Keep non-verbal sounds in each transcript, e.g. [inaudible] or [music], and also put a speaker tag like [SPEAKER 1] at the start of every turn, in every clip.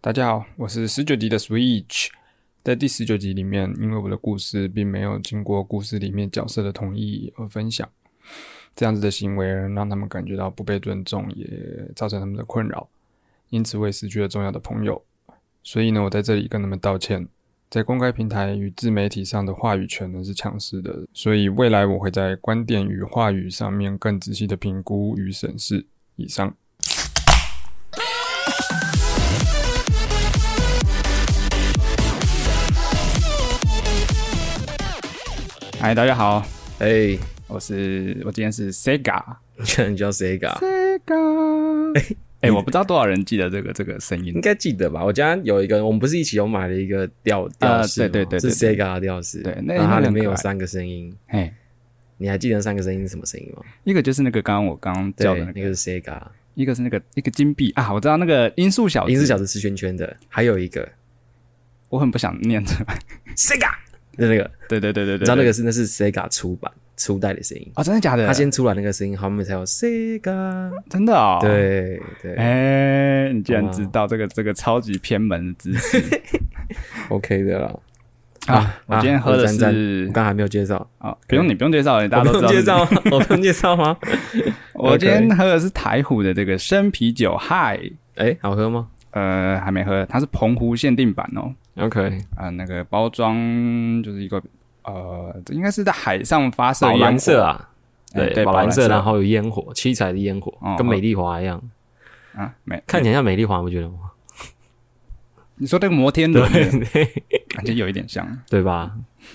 [SPEAKER 1] 大家好，我是十九集的 Switch。在第十九集里面，因为我的故事并没有经过故事里面角色的同意而分享，这样子的行为让他们感觉到不被尊重，也造成他们的困扰，因此我也失去了重要的朋友。所以呢，我在这里跟他们道歉。在公开平台与自媒体上的话语权呢是强势的，所以未来我会在观点与话语上面更仔细的评估与审视。以上。嗨，大家好，
[SPEAKER 2] 哎、 [laughs]
[SPEAKER 1] 我是我今天是 Sega
[SPEAKER 2] 你居然叫 Sega，
[SPEAKER 1] Sega，哎、欸我不知道多少人记得这个这个声音
[SPEAKER 2] 应，该记得吧？我家有一个，我们不是一起有买了一个吊吊饰吗、
[SPEAKER 1] 呃对对对
[SPEAKER 2] 是
[SPEAKER 1] 对
[SPEAKER 2] Sega 的吊饰，
[SPEAKER 1] 对那
[SPEAKER 2] 然后它
[SPEAKER 1] 那个
[SPEAKER 2] 里
[SPEAKER 1] 很
[SPEAKER 2] 面
[SPEAKER 1] 可
[SPEAKER 2] 有
[SPEAKER 1] 爱
[SPEAKER 2] 三个声音，
[SPEAKER 1] 嘿、
[SPEAKER 2] 你还记得三个声音是什么声音吗？
[SPEAKER 1] 一个就是那个刚刚我刚刚
[SPEAKER 2] 对
[SPEAKER 1] 叫的，那
[SPEAKER 2] 那
[SPEAKER 1] 个，
[SPEAKER 2] 个是 Sega，
[SPEAKER 1] 一个是那个一个金币啊，我知道那个音速小子
[SPEAKER 2] 银子小子吃圈圈的，还有一个
[SPEAKER 1] 我很不想念
[SPEAKER 2] [laughs]
[SPEAKER 1] 出来。
[SPEAKER 2] Sega 的那个，
[SPEAKER 1] 对对对对对，
[SPEAKER 2] 你知道那
[SPEAKER 1] 对
[SPEAKER 2] 个是那是 Sega 初版初代的声音，
[SPEAKER 1] 哦，真的假的？
[SPEAKER 2] 他先出来那个声音，后面才有 Sega，
[SPEAKER 1] 真的哦。，
[SPEAKER 2] 对对、
[SPEAKER 1] 哎、你竟然
[SPEAKER 2] 哇
[SPEAKER 1] 知道这个这个超级偏门的知识
[SPEAKER 2] o k 的啦。
[SPEAKER 1] 啊！我今天喝的
[SPEAKER 2] 哦啊我
[SPEAKER 1] 是
[SPEAKER 2] 我刚才还没有介绍，
[SPEAKER 1] 啊、不用你不用介绍了，大家
[SPEAKER 2] 我
[SPEAKER 1] 都
[SPEAKER 2] 不
[SPEAKER 1] 知道是。
[SPEAKER 2] 用介绍吗，我不用介
[SPEAKER 1] [laughs]
[SPEAKER 2] 绍吗？
[SPEAKER 1] 我今天喝的是台虎的这个生啤酒，嗨，
[SPEAKER 2] 哎、好喝吗
[SPEAKER 1] 呃，还没喝，它是澎湖限定版哦。
[SPEAKER 2] ？OK，
[SPEAKER 1] 啊、那个包装就是一个呃，这应该是在海上发射
[SPEAKER 2] 宝
[SPEAKER 1] 烟火
[SPEAKER 2] 蓝色，啊，
[SPEAKER 1] 哎
[SPEAKER 2] 对，
[SPEAKER 1] 对
[SPEAKER 2] 宝
[SPEAKER 1] 宝蓝
[SPEAKER 2] 蓝
[SPEAKER 1] 色
[SPEAKER 2] 色，然后有烟火，七彩的烟火
[SPEAKER 1] 哦，
[SPEAKER 2] 跟美丽华一样，
[SPEAKER 1] 啊，没
[SPEAKER 2] 看起来像美丽华，不觉得吗？
[SPEAKER 1] 你说这个摩天轮
[SPEAKER 2] [laughs] 对
[SPEAKER 1] 感觉有一点像，
[SPEAKER 2] [laughs] 对吧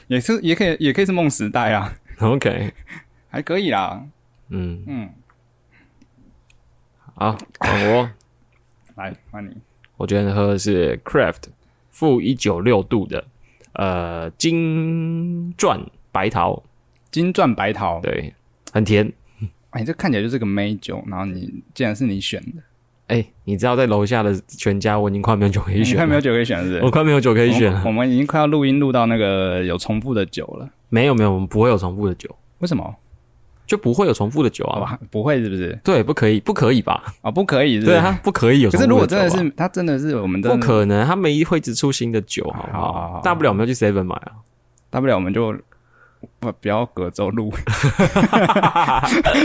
[SPEAKER 1] 也是也可以也可以是梦时代啊，
[SPEAKER 2] ？OK，
[SPEAKER 1] 还可以啦，
[SPEAKER 2] 嗯，
[SPEAKER 1] 嗯，
[SPEAKER 2] 好，换我
[SPEAKER 1] 来换你，
[SPEAKER 2] 我觉得喝的是 Craft 负一九六度的呃金钻白桃，
[SPEAKER 1] 金钻白桃，
[SPEAKER 2] 对，很甜。
[SPEAKER 1] 哎，这看起来就是个美酒，然后你既然是你选的，
[SPEAKER 2] 哎，你知道在楼下的全家，我已经快没有酒可以
[SPEAKER 1] 你
[SPEAKER 2] 选
[SPEAKER 1] 看
[SPEAKER 2] 了，
[SPEAKER 1] 没有酒可以选是不
[SPEAKER 2] 我
[SPEAKER 1] 是？
[SPEAKER 2] 快没有酒可哦以选
[SPEAKER 1] 我们
[SPEAKER 2] 了。
[SPEAKER 1] 我们已经快要录音录到那个有重复的酒了，
[SPEAKER 2] 没有没有，我们不会有重复的酒，
[SPEAKER 1] 为什么？
[SPEAKER 2] 就不会有重复的酒
[SPEAKER 1] 好
[SPEAKER 2] 啊。
[SPEAKER 1] 吧，不会是不是？
[SPEAKER 2] 对，不可以，不可以吧？
[SPEAKER 1] 啊、不可以是不是
[SPEAKER 2] 对啊，，不可以有
[SPEAKER 1] 可
[SPEAKER 2] 重
[SPEAKER 1] 是
[SPEAKER 2] 复的酒啊。
[SPEAKER 1] 如果真的是他真的是我们真
[SPEAKER 2] 不
[SPEAKER 1] 的，
[SPEAKER 2] 可能，他们一会一直出新的酒，好不
[SPEAKER 1] 好好好
[SPEAKER 2] 好？大不了我们就去 Seven 买啊。 [laughs]
[SPEAKER 1] 大不了我们就不不要隔周
[SPEAKER 2] [laughs]
[SPEAKER 1] 录，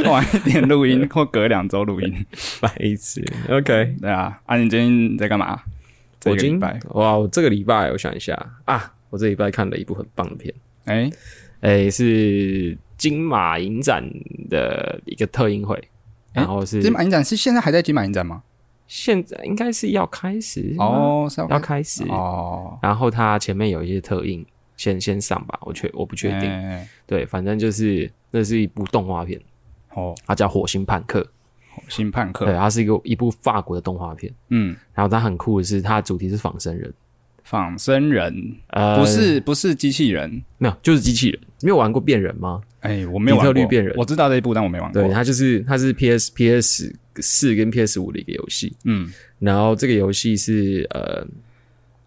[SPEAKER 1] 晚一点录音或隔两周录音，
[SPEAKER 2] 白痴，OK。
[SPEAKER 1] 对啊。啊，你最近在干嘛？这
[SPEAKER 2] 我
[SPEAKER 1] 个礼
[SPEAKER 2] 今
[SPEAKER 1] 拜，
[SPEAKER 2] 哇，我这个礼拜我想一下啊，我这礼拜看了一部很棒的片，
[SPEAKER 1] 哎、
[SPEAKER 2] 诶、是金马影展的一个特映会，然后是
[SPEAKER 1] 金马影展是现在还在金马影展吗？
[SPEAKER 2] 现在应该是要开始吗，
[SPEAKER 1] 哦，是要
[SPEAKER 2] 要开始，
[SPEAKER 1] 哦，
[SPEAKER 2] 然后它前面有一些特映，先先上吧，我确我不确定，
[SPEAKER 1] 哎
[SPEAKER 2] 对，反正就是那是一部动画片，
[SPEAKER 1] 哦，
[SPEAKER 2] 它叫《火星叛客》，
[SPEAKER 1] 新判
[SPEAKER 2] 对，啊
[SPEAKER 1] 客，
[SPEAKER 2] 它是一个一部法国的动画片。
[SPEAKER 1] 嗯，
[SPEAKER 2] 然后它很酷的是，它的主题是仿生人，
[SPEAKER 1] 仿生人
[SPEAKER 2] 呃，
[SPEAKER 1] 不是、不是机器人。
[SPEAKER 2] 没有，就是机器人。你没有玩过变人吗？
[SPEAKER 1] 哎、我没有玩过
[SPEAKER 2] 底特律变人
[SPEAKER 1] 我知道这一部，但我没玩过
[SPEAKER 2] 对，。它就是它是 PS PS 四跟 PS 五的一个游戏。
[SPEAKER 1] 嗯，
[SPEAKER 2] 然后这个游戏是呃，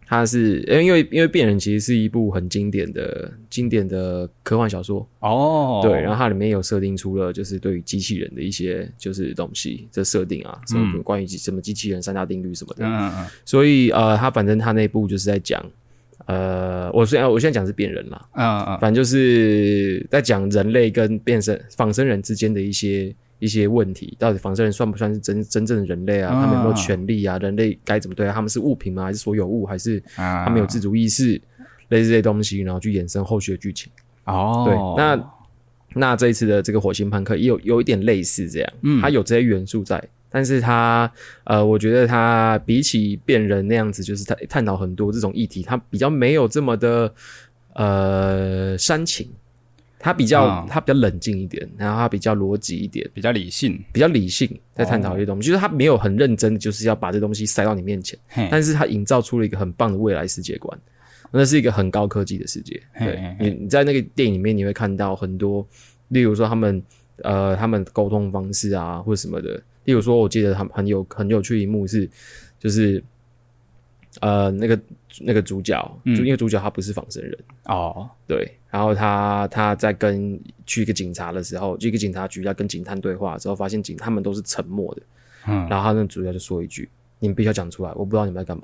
[SPEAKER 2] 它是因为因为因为变人其实是一部很经典的经典的科幻小说，
[SPEAKER 1] 哦，
[SPEAKER 2] 对。然后它里面有设定出了就是对于机器人的一些就是东西的设定啊，什么关于机什么机器人三大定律什么的。
[SPEAKER 1] 嗯嗯嗯
[SPEAKER 2] 所以呃，它反正它那部就是在讲。呃，我虽然我现在讲的是变人啦，
[SPEAKER 1] 嗯嗯，
[SPEAKER 2] 反正就是在讲人类跟变身仿生人之间的一些一些问题，到底仿生人算不算是真真正的人类啊？
[SPEAKER 1] 啊
[SPEAKER 2] 他们有没有权利啊？人类该怎么对待？他们是物品吗？还是所有物？还是
[SPEAKER 1] 他
[SPEAKER 2] 他们有自主意识？类似这些东西，然后去衍生后续的剧情。
[SPEAKER 1] 哦，
[SPEAKER 2] 对那那这一次的这个火星朋克也有有一点类似这样，
[SPEAKER 1] 嗯
[SPEAKER 2] 它有这些元素在，但是它呃，我觉得它比起变人那样子，就是探探讨很多这种议题，它比较没有这么的呃煽情，它比较、
[SPEAKER 1] 啊
[SPEAKER 2] 它比较冷静一点，然后它比较逻辑一点，
[SPEAKER 1] 比较理性，
[SPEAKER 2] 比较理性在探讨这些东西，
[SPEAKER 1] 哦
[SPEAKER 2] 就是它没有很认真，就是要把这东西塞到你面前，
[SPEAKER 1] 嘿
[SPEAKER 2] 但是它营造出了一个很棒的未来世界观。那是一个很高科技的世界，
[SPEAKER 1] 嘿
[SPEAKER 2] 对
[SPEAKER 1] 嘿嘿
[SPEAKER 2] 你你在那个电影里面你会看到很多，例如说他们呃他们沟通方式啊或者什么的，例如说我记得他们很有很有趣一幕是就是呃那个那个主角，
[SPEAKER 1] 嗯
[SPEAKER 2] 就因为主角他不是仿生人，
[SPEAKER 1] 哦，
[SPEAKER 2] 对，然后他他在跟去一个警察的时候，去一个警察局要跟警探对话的时候，发现警他们都是沉默的，
[SPEAKER 1] 嗯 [laughs]
[SPEAKER 2] 然后他那个主角就说一句：“你们必须要讲出来，我不知道你们在干嘛。”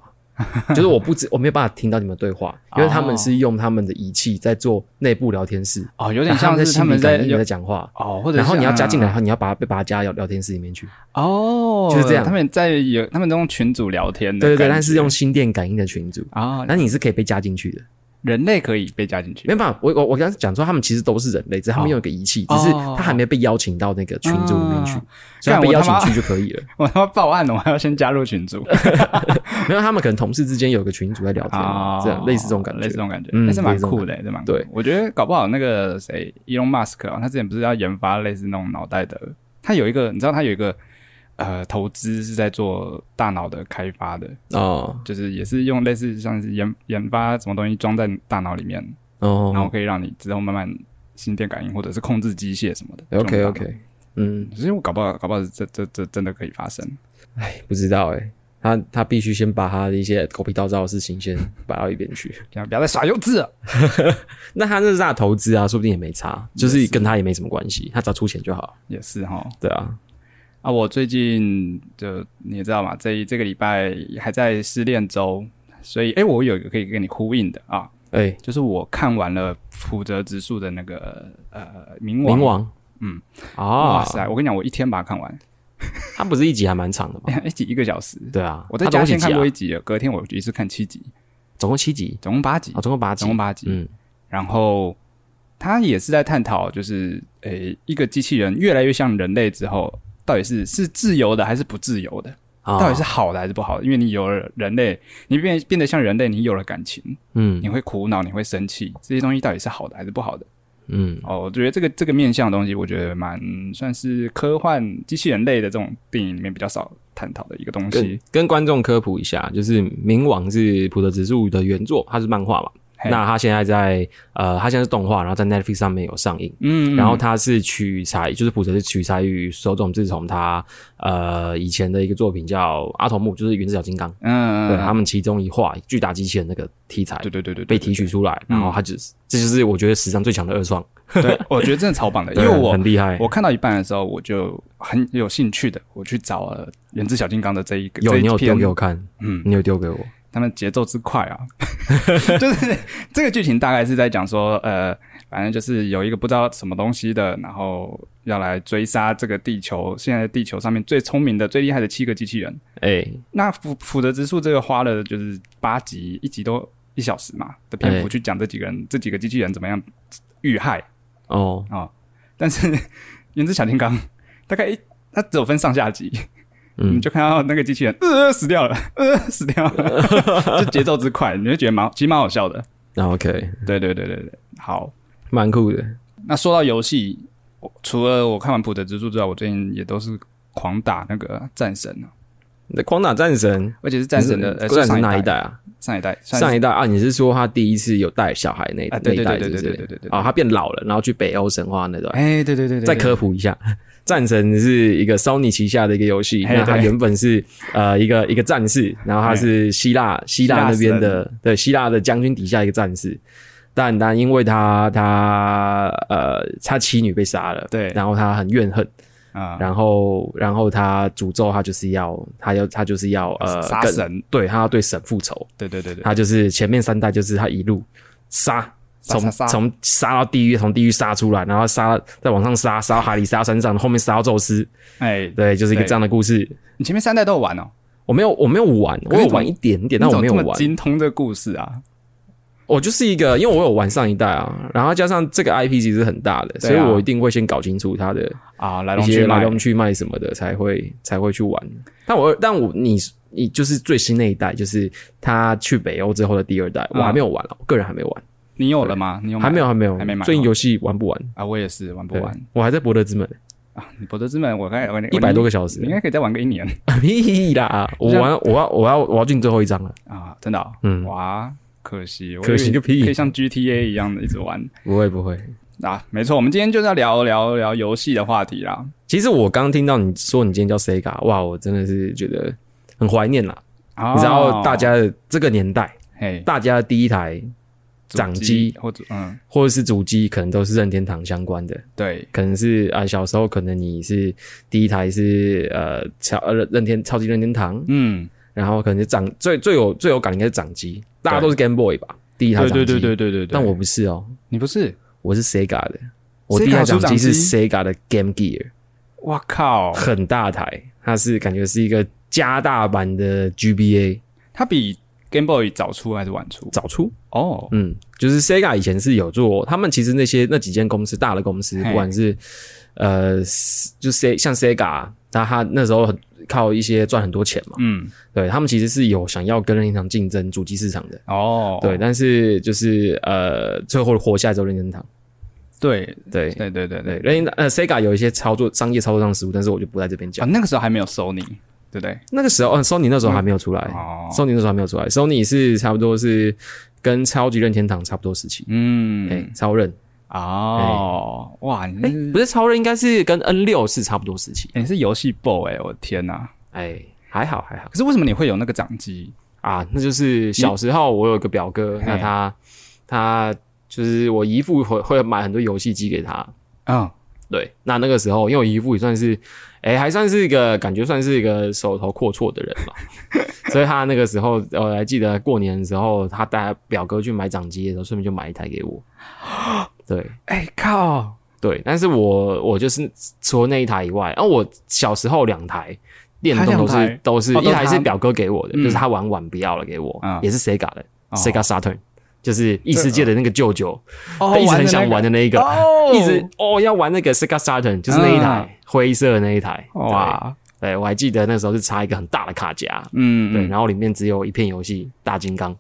[SPEAKER 2] 就是我不知我没有办法听到你们对话，因为他们
[SPEAKER 1] 哦
[SPEAKER 2] 是用他们的仪器在做内部聊天室，
[SPEAKER 1] 哦，有
[SPEAKER 2] 有
[SPEAKER 1] 点像是他
[SPEAKER 2] 心
[SPEAKER 1] 们
[SPEAKER 2] 里
[SPEAKER 1] 在
[SPEAKER 2] 感应在讲话。
[SPEAKER 1] 哦，或者
[SPEAKER 2] 然后
[SPEAKER 1] 是
[SPEAKER 2] 你要加进来，
[SPEAKER 1] 嗯
[SPEAKER 2] 然后你要把它把它加到聊天室里面去。
[SPEAKER 1] 哦，
[SPEAKER 2] 就是这样
[SPEAKER 1] 他们在有他们这种群组聊天的
[SPEAKER 2] 对
[SPEAKER 1] 感觉，
[SPEAKER 2] 对对，但是用心电感应的群组，
[SPEAKER 1] 啊，
[SPEAKER 2] 那你是可以被加进去的。
[SPEAKER 1] 人类可以被加进去， [laughs]
[SPEAKER 2] 没办法，我我我刚才讲说，他们其实都是人类，只是他们
[SPEAKER 1] 哦
[SPEAKER 2] 用一个仪器，只是他还没被邀请到那个群组里面去
[SPEAKER 1] 哦，
[SPEAKER 2] 所以
[SPEAKER 1] 干
[SPEAKER 2] 他被
[SPEAKER 1] 我
[SPEAKER 2] 邀
[SPEAKER 1] 他妈
[SPEAKER 2] 请去就可
[SPEAKER 1] [laughs]
[SPEAKER 2] 以了。
[SPEAKER 1] 我他妈报案了，我还要先加入群组
[SPEAKER 2] 没有，他们可能同事之间有个群组在聊天嘛，
[SPEAKER 1] 啊，
[SPEAKER 2] 这样类似这种感
[SPEAKER 1] 类
[SPEAKER 2] 觉
[SPEAKER 1] 似这。种感觉，
[SPEAKER 2] 嗯
[SPEAKER 1] 那是
[SPEAKER 2] 类
[SPEAKER 1] 蛮
[SPEAKER 2] 似这种
[SPEAKER 1] 酷的，这蛮酷
[SPEAKER 2] 对。
[SPEAKER 1] 我觉得搞不好那个谁，Elon Musk 啊，他之前不是要研发类似那种脑袋的，他有一个，你知道他有一个呃投资是在做大脑的开发的，
[SPEAKER 2] 哦
[SPEAKER 1] 就是也是用类似像是研研发什么东西装在大脑里面，然后
[SPEAKER 2] 哦
[SPEAKER 1] 可以让你之后慢慢心电感应或者是控制机械什么的。
[SPEAKER 2] ，OK
[SPEAKER 1] 这种大脑
[SPEAKER 2] OK，嗯，
[SPEAKER 1] 其实我搞不好，搞不好这这这真的可以发生。
[SPEAKER 2] 不知道哎，他他必须先把他的一些狗屁倒灶的事情先摆到一边去。 [laughs]
[SPEAKER 1] 不要不要再耍幼稚了。
[SPEAKER 2] 那他那是他的投资啊，说不定也没差，就是跟他也没什么关系，他只要出钱就好。
[SPEAKER 1] 也是哈
[SPEAKER 2] 对啊，
[SPEAKER 1] 啊，我最近就你也知道嘛，这一这个礼拜还在失恋周，所以哎、诶我有一个可以跟你呼应的啊，
[SPEAKER 2] 哎，
[SPEAKER 1] 就是我看完了普泽直树的那个呃冥王。
[SPEAKER 2] 冥王，
[SPEAKER 1] 嗯，哇
[SPEAKER 2] 啊，
[SPEAKER 1] 塞！我跟你讲，我一天把它看完， [laughs]
[SPEAKER 2] 他不是一集还蛮长的嘛？
[SPEAKER 1] 一集一个小时。
[SPEAKER 2] 对啊，
[SPEAKER 1] 我在
[SPEAKER 2] 他
[SPEAKER 1] 家
[SPEAKER 2] 总共几
[SPEAKER 1] 先看
[SPEAKER 2] 集啊
[SPEAKER 1] 过一集了，隔天我一次看七集，
[SPEAKER 2] 总共七集
[SPEAKER 1] 总共八集
[SPEAKER 2] 啊，，总共八集，
[SPEAKER 1] 总共八集。
[SPEAKER 2] 嗯，
[SPEAKER 1] 然后他也是在探讨，就是诶、一个机器人越来越像人类之后，到底是是自由的还是不自由的？
[SPEAKER 2] 啊
[SPEAKER 1] 到底是好的还是不好的？因为你有了人类，你变变得像人类，你有了感情，
[SPEAKER 2] 嗯
[SPEAKER 1] 你会苦恼，你会生气，这些东西到底是好的还是不好的？
[SPEAKER 2] 嗯
[SPEAKER 1] 哦，我觉得这个这个面向的东西，我觉得蛮算是科幻机器人类的这种电影里面比较少探讨的一个东
[SPEAKER 2] 跟
[SPEAKER 1] 西。
[SPEAKER 2] 跟观众科普一下，就是《冥王》是普泽直树的原作，它是漫画嘛。
[SPEAKER 1] 嘿
[SPEAKER 2] 那它现在在呃，它现在是动画，然后在 Netflix 上面有上映。
[SPEAKER 1] 嗯，
[SPEAKER 2] 然后它是取材，就是普泽是取材于手冢治虫他呃以前的一个作品叫《阿童木》，就是《原子小金刚》
[SPEAKER 1] 嗯，
[SPEAKER 2] 对
[SPEAKER 1] 嗯
[SPEAKER 2] 他们其中一话巨大机器人那个题材
[SPEAKER 1] 对对对对
[SPEAKER 2] 被
[SPEAKER 1] 对，
[SPEAKER 2] 提取出来，
[SPEAKER 1] 嗯
[SPEAKER 2] 然后它就是这就是我觉得史上最强的二创，
[SPEAKER 1] 对我觉得真的超棒的，因
[SPEAKER 2] [laughs] 对
[SPEAKER 1] 为我
[SPEAKER 2] 很厉害，
[SPEAKER 1] 我看到一半的时候，我就很有兴趣的，我去找了《原子小金刚》的这一个
[SPEAKER 2] 有
[SPEAKER 1] 这一
[SPEAKER 2] 你有丢
[SPEAKER 1] 篇
[SPEAKER 2] 给我看，
[SPEAKER 1] 嗯，
[SPEAKER 2] 你有丢给我，
[SPEAKER 1] 他们节奏之快
[SPEAKER 2] [laughs]
[SPEAKER 1] 啊，就是这个剧情大概是在讲说，呃，反正就是有一个不知道什么东西的，然后要来追杀这个地球，现在地球上面最聪明的、最厉害的七个机器人。
[SPEAKER 2] 哎，
[SPEAKER 1] 那福福德之树这个花了就是八集，一集都一小时嘛的篇
[SPEAKER 2] 哎
[SPEAKER 1] 幅去讲这几个人、这几个机器人怎么样遇害，
[SPEAKER 2] 哦，
[SPEAKER 1] 但是《原子小金刚》大概一它只有分上下集，
[SPEAKER 2] 嗯
[SPEAKER 1] 你就看到那个机器人呃死掉了，呃死掉了，就节奏之快，你就觉得蛮其实蛮好笑的。
[SPEAKER 2] 那 OK，
[SPEAKER 1] 对对对对对，好。
[SPEAKER 2] 蛮酷的，
[SPEAKER 1] 那说到游戏，我除了我看完《普泽之树》之外，我最近也都是狂打那个战神啊
[SPEAKER 2] 你的光打战神，
[SPEAKER 1] 而且是战神的呃
[SPEAKER 2] 你是
[SPEAKER 1] 上
[SPEAKER 2] 战神
[SPEAKER 1] 一
[SPEAKER 2] 哪一
[SPEAKER 1] 代
[SPEAKER 2] 代啊？
[SPEAKER 1] 上一代算是
[SPEAKER 2] 上一代啊，你是说他第一次有带小孩那
[SPEAKER 1] 啊
[SPEAKER 2] 那
[SPEAKER 1] 对
[SPEAKER 2] 一
[SPEAKER 1] 对
[SPEAKER 2] 代
[SPEAKER 1] 对对对
[SPEAKER 2] 是不是？
[SPEAKER 1] 对对对对
[SPEAKER 2] 啊，他变老了，然后去北欧神话那段。
[SPEAKER 1] 哎对对对对，
[SPEAKER 2] 再
[SPEAKER 1] 可
[SPEAKER 2] 科普一下，战神是一个 Sony 旗下的一个游戏，
[SPEAKER 1] 嘿
[SPEAKER 2] 那它
[SPEAKER 1] 哎对哎
[SPEAKER 2] 原本是呃一个一个战士，然后他是希腊希腊那边的对希腊的将军底下一个战士。但但因为他他呃他妻女被杀了，
[SPEAKER 1] 对
[SPEAKER 2] 然后他很怨恨，
[SPEAKER 1] 啊
[SPEAKER 2] 然后，然后他诅咒他就是要，他要，他就是要呃，
[SPEAKER 1] 杀
[SPEAKER 2] 跟
[SPEAKER 1] 神，
[SPEAKER 2] 对他要对神复仇。
[SPEAKER 1] 对对对对，
[SPEAKER 2] 他就是前面三代就是他一路杀，
[SPEAKER 1] 杀
[SPEAKER 2] 从
[SPEAKER 1] 杀杀
[SPEAKER 2] 从杀到地狱，从地狱杀出来，然后杀再往上杀，杀到海里，杀到山上，后面杀到宙斯。
[SPEAKER 1] 哎，
[SPEAKER 2] 对，就是一个
[SPEAKER 1] 对
[SPEAKER 2] 这样的故事。
[SPEAKER 1] 你前面三代都有玩哦，
[SPEAKER 2] 我没有，我没有玩，
[SPEAKER 1] 可
[SPEAKER 2] 我
[SPEAKER 1] 是
[SPEAKER 2] 有
[SPEAKER 1] 怎么
[SPEAKER 2] 玩一点点，
[SPEAKER 1] 那
[SPEAKER 2] 但我没有
[SPEAKER 1] 么
[SPEAKER 2] 玩。
[SPEAKER 1] 精通这个故事啊？
[SPEAKER 2] 我就是一个，因为我有玩上一代啊，然后加上这个 IP 其实很大的，
[SPEAKER 1] 对啊
[SPEAKER 2] 所以我一定会先搞清楚它的
[SPEAKER 1] 啊，来
[SPEAKER 2] 一
[SPEAKER 1] 龙
[SPEAKER 2] 些
[SPEAKER 1] 去
[SPEAKER 2] 来
[SPEAKER 1] 脉，
[SPEAKER 2] 龙去脉什么的才会才会去玩。但我但我你你就是最新那一代，就是他去北欧之后的第二代，我
[SPEAKER 1] 嗯
[SPEAKER 2] 还没有玩哦了，我个人还没玩，
[SPEAKER 1] 你有了吗？你有买
[SPEAKER 2] 还没有还没有
[SPEAKER 1] 还没买
[SPEAKER 2] 最近游戏玩不完？
[SPEAKER 1] 啊？我也是玩不
[SPEAKER 2] 对
[SPEAKER 1] 完，
[SPEAKER 2] 我还在博德之门
[SPEAKER 1] 啊。你博德之门，我刚才我
[SPEAKER 2] 一百多
[SPEAKER 1] 个，
[SPEAKER 2] 个小时
[SPEAKER 1] 你应，该可以再玩个一年
[SPEAKER 2] [laughs] 屁啦！我玩我要我要我要进最后一章了，
[SPEAKER 1] 啊！真的哦，
[SPEAKER 2] 嗯
[SPEAKER 1] 哇，可惜，我以为
[SPEAKER 2] 可惜个
[SPEAKER 1] 可以
[SPEAKER 2] 屁！
[SPEAKER 1] 像 GTA 一样的一直玩
[SPEAKER 2] 不会不会。
[SPEAKER 1] 啊！没错，我们今天就是要聊聊聊游戏的话题啦。
[SPEAKER 2] 其实我刚听到你说你今天叫 Sega，哇，我真的是觉得很怀念啦。
[SPEAKER 1] 哦
[SPEAKER 2] 你知道大家的这个年代，
[SPEAKER 1] 嘿，
[SPEAKER 2] 大家的第一台
[SPEAKER 1] 主
[SPEAKER 2] 掌机
[SPEAKER 1] 或者嗯，
[SPEAKER 2] 或者是主机，可能都是任天堂相关的。
[SPEAKER 1] 对，
[SPEAKER 2] 可能是啊、小时候可能你是第一台是呃超呃任天超级任天堂，
[SPEAKER 1] 嗯，
[SPEAKER 2] 然后可能是掌最最有最有感应该是掌机，大家都是 Game Boy 吧，第一台
[SPEAKER 1] 对
[SPEAKER 2] 掌机。
[SPEAKER 1] 对对对对对对。
[SPEAKER 2] 但我不是哦，
[SPEAKER 1] 你不是？
[SPEAKER 2] 我是 Sega 的，我第一台掌机是 Sega 的 Game Gear，
[SPEAKER 1] 哇靠！
[SPEAKER 2] 很大台，它是感觉是一个加大版的 GBA
[SPEAKER 1] 它比 Game Boy 早出还是晚出？
[SPEAKER 2] 早出。
[SPEAKER 1] 哦，
[SPEAKER 2] 嗯，就是 Sega 以前是有做，他们其实那些那几间公司大的公司，
[SPEAKER 1] 嘿
[SPEAKER 2] 不管是呃，就 Se 像 Sega，那他那时候很靠一些赚很多钱嘛，
[SPEAKER 1] 嗯，
[SPEAKER 2] 对他们其实是有想要跟任天堂竞争主机市场的，
[SPEAKER 1] 哦，
[SPEAKER 2] 对，但是就是呃，最后活下来之后任天堂，
[SPEAKER 1] 对
[SPEAKER 2] 对
[SPEAKER 1] 对对对对。
[SPEAKER 2] 对，任天堂呃 Sega 有一些操作商业操作上的失误，但是我就不在这边
[SPEAKER 1] 啊，
[SPEAKER 2] 讲。
[SPEAKER 1] 那个时候还没有 Sony，对不对？
[SPEAKER 2] 那个时候，嗯，Sony 那时候还没有出来、
[SPEAKER 1] 哦
[SPEAKER 2] s o n y 那时候还没有出来，Sony 是差不多是跟超级任天堂差不多时期，哎、
[SPEAKER 1] 嗯，
[SPEAKER 2] 超任。
[SPEAKER 1] 哦，哇，你
[SPEAKER 2] 哎、
[SPEAKER 1] 是
[SPEAKER 2] 不是超人，应该是跟 N 六是差不多时期。
[SPEAKER 1] 你是游戏 boy 哎，我的天哪！
[SPEAKER 2] 哎、还好还好
[SPEAKER 1] 可是为什么你会有那个掌机？
[SPEAKER 2] 啊，那就是小时候我有个表哥，
[SPEAKER 1] 嘿
[SPEAKER 2] 那他他就是我姨父会会买很多游戏机给他。
[SPEAKER 1] 嗯，
[SPEAKER 2] 对，那那个时候，因为我姨父也算是，哎、还算是一个感觉算是一个手头阔绰的人吧，所以他那个时候，呃我还记得过年的时候，他带表哥去买掌机的时候，顺便就买一台给我。对，
[SPEAKER 1] 哎靠，
[SPEAKER 2] 对，但是我我就是除了那一台以外，然、啊后我小时候两台电
[SPEAKER 1] 还
[SPEAKER 2] 动
[SPEAKER 1] 两
[SPEAKER 2] 都
[SPEAKER 1] 台
[SPEAKER 2] 是都是、
[SPEAKER 1] 哦
[SPEAKER 2] 一
[SPEAKER 1] 都是
[SPEAKER 2] 台
[SPEAKER 1] 他
[SPEAKER 2] 是表哥给我的，
[SPEAKER 1] 嗯
[SPEAKER 2] 就是他玩完不要了给我，
[SPEAKER 1] 嗯
[SPEAKER 2] 也是 Sega 的、
[SPEAKER 1] 哦
[SPEAKER 2] Sega Saturn，就是异世界的那个舅舅，
[SPEAKER 1] 哦
[SPEAKER 2] 他一直很想玩的那一
[SPEAKER 1] [laughs]
[SPEAKER 2] 个，
[SPEAKER 1] 哦
[SPEAKER 2] 一直哦要玩那个 Sega Saturn，就是那一台、灰色的那一台，哇，
[SPEAKER 1] 嗯哇，
[SPEAKER 2] 对我还记得那时候是插一个很大的卡夹。
[SPEAKER 1] 嗯，
[SPEAKER 2] 对，
[SPEAKER 1] 嗯
[SPEAKER 2] 然后里面只有一片游戏《大金刚》，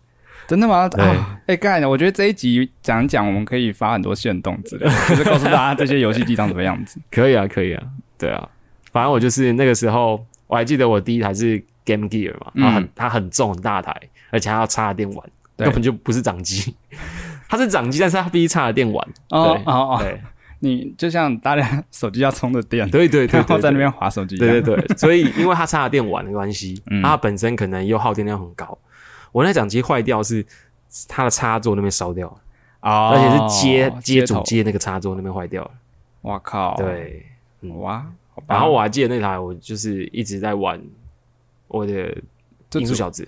[SPEAKER 1] 真的吗？
[SPEAKER 2] 对
[SPEAKER 1] 啊，哎干，我觉得这一集讲一讲，我们可以发很多线动之类的，
[SPEAKER 2] [laughs]
[SPEAKER 1] 就是告诉大家这些游戏机长什么样子。
[SPEAKER 2] 可以啊，可以啊，对啊，反正我就是那个时候，我还记得我第一台是 Game Gear 嘛，
[SPEAKER 1] 嗯
[SPEAKER 2] 然后很、它很重很大台，而且它要插着电玩，
[SPEAKER 1] 对
[SPEAKER 2] 根本就不是掌机， [laughs] 它是掌机，但是它必须插着电玩。
[SPEAKER 1] 哦
[SPEAKER 2] 对
[SPEAKER 1] 哦哦，
[SPEAKER 2] 对
[SPEAKER 1] 你就像大家手机要充着电，[laughs]
[SPEAKER 2] 对对对
[SPEAKER 1] 然后
[SPEAKER 2] 对，
[SPEAKER 1] 在那
[SPEAKER 2] 对。
[SPEAKER 1] 边划手机一样，
[SPEAKER 2] 对对对，所以因为它插着电玩的关系，
[SPEAKER 1] 嗯
[SPEAKER 2] 它本身可能又耗电量很高。我那掌机坏掉是它的插座那边烧掉了，
[SPEAKER 1] 哦，
[SPEAKER 2] 而且是接接主
[SPEAKER 1] 头，
[SPEAKER 2] 机的那个插座那边坏掉了。
[SPEAKER 1] 哦哇靠，，
[SPEAKER 2] 对，
[SPEAKER 1] 哦哇，好吧
[SPEAKER 2] 然后我还记得那台我就是一直在玩我的
[SPEAKER 1] 这
[SPEAKER 2] 音
[SPEAKER 1] 主
[SPEAKER 2] 速小子，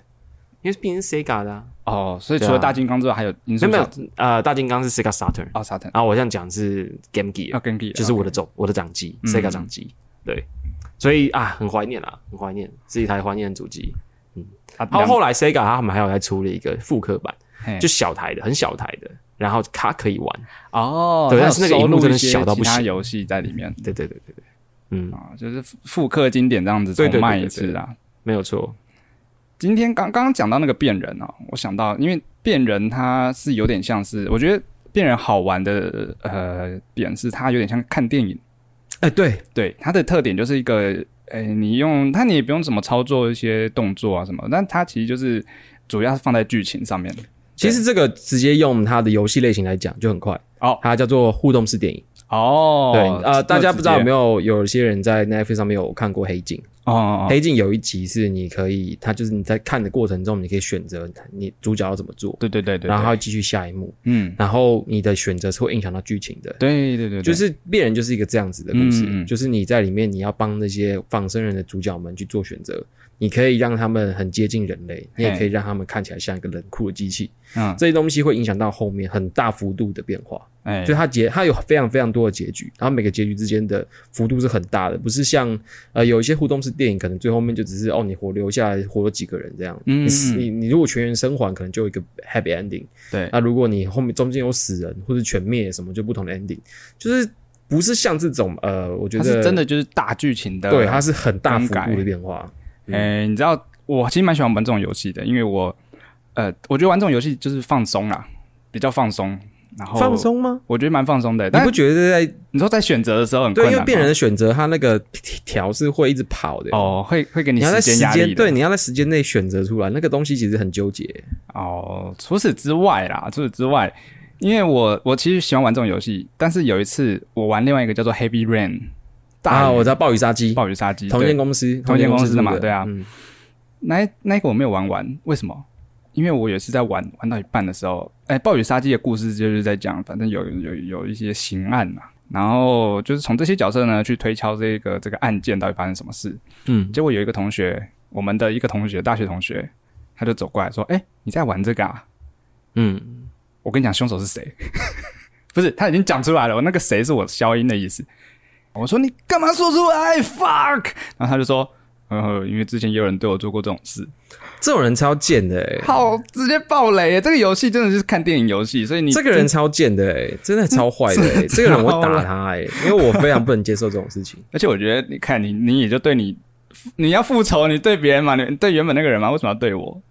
[SPEAKER 2] 因为毕竟是 Sega 的、啊，
[SPEAKER 1] 哦，所以除了
[SPEAKER 2] 对啊
[SPEAKER 1] 大金刚之外，还有音
[SPEAKER 2] 没
[SPEAKER 1] 速
[SPEAKER 2] 有没
[SPEAKER 1] 小
[SPEAKER 2] 有，呃，大金刚是 Sega Saturn，、
[SPEAKER 1] 哦，沙滩
[SPEAKER 2] 然后我现在讲是啊 Game Gear，、嗯
[SPEAKER 1] 要跟 Gear，
[SPEAKER 2] 就是我的种我的掌机、Sega 掌机，对，所以啊，很怀念啊，很怀念，是一台怀念的主机。
[SPEAKER 1] 啊
[SPEAKER 2] 然后
[SPEAKER 1] 两
[SPEAKER 2] 后来 Sega 他们还有再出了一个复刻版，
[SPEAKER 1] 嘿
[SPEAKER 2] 就小台的，很小台的，然后它可以玩，
[SPEAKER 1] 哦，
[SPEAKER 2] 对
[SPEAKER 1] 它有
[SPEAKER 2] 但是那个
[SPEAKER 1] 收
[SPEAKER 2] 荧幕
[SPEAKER 1] 录
[SPEAKER 2] 真的
[SPEAKER 1] 一些
[SPEAKER 2] 小到不
[SPEAKER 1] 其他
[SPEAKER 2] 行
[SPEAKER 1] 游戏在里面
[SPEAKER 2] 对对对对对，嗯，
[SPEAKER 1] 啊，就是复复刻经典这样子
[SPEAKER 2] 对对
[SPEAKER 1] 重
[SPEAKER 2] 对
[SPEAKER 1] 卖
[SPEAKER 2] 对
[SPEAKER 1] 一
[SPEAKER 2] 对
[SPEAKER 1] 次啊。
[SPEAKER 2] 没有错，
[SPEAKER 1] 今天刚刚刚讲到那个变人啊，我想到，因为变人它是有点像是，我觉得变人好玩的呃点是它有点像看电影，
[SPEAKER 2] 哎、对，
[SPEAKER 1] 对它的特点就是一个，哎，你用它你也不用怎么操作一些动作啊什么，但它其实就是主要是放在剧情上面的
[SPEAKER 2] 其实这个直接用它的游戏类型来讲就很快，
[SPEAKER 1] 哦
[SPEAKER 2] 它叫做互动式电影。
[SPEAKER 1] 哦，
[SPEAKER 2] 对，呃，大家不知道有没
[SPEAKER 1] 有？
[SPEAKER 2] 有有些人在 Netflix 上面有看过《黑镜》？
[SPEAKER 1] 哦哦，哦
[SPEAKER 2] 黑镜》有一集是你可以，它就是你在看的过程中，你可以选择你主角要怎么做，
[SPEAKER 1] 对对对对，
[SPEAKER 2] 然后它
[SPEAKER 1] 对
[SPEAKER 2] 会继续下一幕，
[SPEAKER 1] 嗯，
[SPEAKER 2] 然后你的选择是会影响到剧情的。
[SPEAKER 1] 对对对，对
[SPEAKER 2] 就是《猎人》就是一个这样子的故事，
[SPEAKER 1] 嗯嗯
[SPEAKER 2] 就是你在里面你要帮那些仿生人的主角们去做选择，你可以让他们很接近人类，你也可以让他们看起来像一个冷酷的机器，
[SPEAKER 1] 嗯，
[SPEAKER 2] 这些东西会影响到后面很大幅度的变化。
[SPEAKER 1] 哎
[SPEAKER 2] 就，它结它有非常非常多的结局，然后每个结局之间的幅度是很大的，不是像呃有一些互动式电影，可能最后面就只是哦你活留下来活了几个人这样，
[SPEAKER 1] 嗯
[SPEAKER 2] 你死你你如果全员生还，可能就有一个 happy ending，
[SPEAKER 1] 对
[SPEAKER 2] 那、如果你后面中间有死人或是全灭什么，就不同的 ending，就是不是像这种呃，我觉
[SPEAKER 1] 它
[SPEAKER 2] 得
[SPEAKER 1] 是真的就是大剧情的，
[SPEAKER 2] 对，它是很大幅
[SPEAKER 1] 更改
[SPEAKER 2] 度的变化，
[SPEAKER 1] 哎、你知道我其实蛮喜欢玩这种游戏的，因为我呃，我觉得玩这种游戏就是放松啦，比较放松，然后
[SPEAKER 2] 放，松吗？
[SPEAKER 1] 我觉得蛮放松的。
[SPEAKER 2] 你
[SPEAKER 1] 哦但
[SPEAKER 2] 不觉得在
[SPEAKER 1] 你说在选择的时候很困
[SPEAKER 2] 对，
[SPEAKER 1] 难
[SPEAKER 2] 因
[SPEAKER 1] 吗，
[SPEAKER 2] 为变人的选择，它那个条是会一直跑的。
[SPEAKER 1] 哦，会会给你
[SPEAKER 2] 你要在
[SPEAKER 1] 时
[SPEAKER 2] 时
[SPEAKER 1] 间压力
[SPEAKER 2] 间
[SPEAKER 1] 的。
[SPEAKER 2] 对，你要在时间内选择出来，那个东西其实很纠结。
[SPEAKER 1] 哦，除此之外啦，除此之外，因为我我其实喜欢玩这种游戏，但是有一次我玩另外一个叫做 Heavy Rain 大
[SPEAKER 2] 啊，
[SPEAKER 1] 雨
[SPEAKER 2] 我知道暴雨杀鸡，
[SPEAKER 1] 暴雨杀机，
[SPEAKER 2] 同一
[SPEAKER 1] 对
[SPEAKER 2] 间公司，
[SPEAKER 1] 同一间公司的嘛
[SPEAKER 2] 出
[SPEAKER 1] 对啊
[SPEAKER 2] 嗯
[SPEAKER 1] 那一那一个我没有玩完，为什么？因为我也是在玩玩到一半的时候，哎、暴雨杀机的故事就是在讲，反正有有有一些刑案嘛，然后就是从这些角色呢去推敲这个这个案件到底发生什么事。
[SPEAKER 2] 嗯，
[SPEAKER 1] 结果有一个同学我们的一个同学，大学同学，他就走过来说：“哎、你在玩这个啊？
[SPEAKER 2] 嗯，
[SPEAKER 1] 我跟你讲，凶手是谁？ [laughs] 不是，他已经讲出来了。我那个谁是我消音的意思。我说你干嘛说出来？fuck！然后他就说，呃，因为之前也有人对我做过这种事，
[SPEAKER 2] 这种人超贱的
[SPEAKER 1] [laughs]
[SPEAKER 2] 哎、
[SPEAKER 1] 好直接爆雷耶！这个游戏真的是看电影游戏，所以你
[SPEAKER 2] 这个人，超贱的哎、真的超坏的哎、这个人我会打他哎、因为我非常不能接受这种
[SPEAKER 1] [laughs]
[SPEAKER 2] 事情。
[SPEAKER 1] 而且我觉得，你看你，你也就对你，你要复仇，你对别人嘛，你对原本那个人嘛，为什么要对我？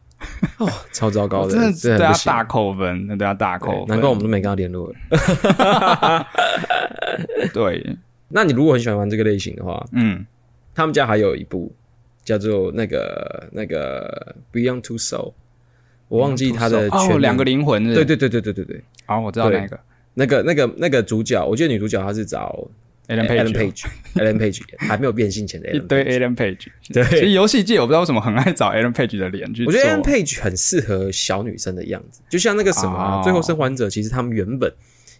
[SPEAKER 2] 哦，超糟糕
[SPEAKER 1] 我
[SPEAKER 2] 的，
[SPEAKER 1] 真的
[SPEAKER 2] 这
[SPEAKER 1] 对
[SPEAKER 2] 很
[SPEAKER 1] 他
[SPEAKER 2] 不行。
[SPEAKER 1] 大扣分，那对啊他大扣分。
[SPEAKER 2] 难怪我们都没跟他联络了。 [laughs]
[SPEAKER 1] 对，
[SPEAKER 2] 那你如果很喜欢玩这个类型的话，
[SPEAKER 1] 嗯，
[SPEAKER 2] 他们家还有一部叫做那个那个 Beyond Two Soul，我忘记他的全
[SPEAKER 1] 哦，
[SPEAKER 2] 名
[SPEAKER 1] 两个灵魂是不
[SPEAKER 2] 对
[SPEAKER 1] 是，
[SPEAKER 2] 对对对对对对，
[SPEAKER 1] 哦，我知道
[SPEAKER 2] 对
[SPEAKER 1] 那个
[SPEAKER 2] 那个那个那个主角，我记得女主角她是找
[SPEAKER 1] Alan
[SPEAKER 2] Alan
[SPEAKER 1] Page，哦
[SPEAKER 2] Page，Alan Page [laughs] 还没有变性前的
[SPEAKER 1] 一
[SPEAKER 2] Alan
[SPEAKER 1] 堆
[SPEAKER 2] Page。
[SPEAKER 1] Alan Page。
[SPEAKER 2] 对
[SPEAKER 1] 其实游戏界我不知道为什么很爱找 Alan Page 的脸去
[SPEAKER 2] 我
[SPEAKER 1] 做，
[SPEAKER 2] 觉得 Alan Page 很适合小女生的样子，就像那个什么、
[SPEAKER 1] 哦
[SPEAKER 2] 啊最后生还者》，其实他们原本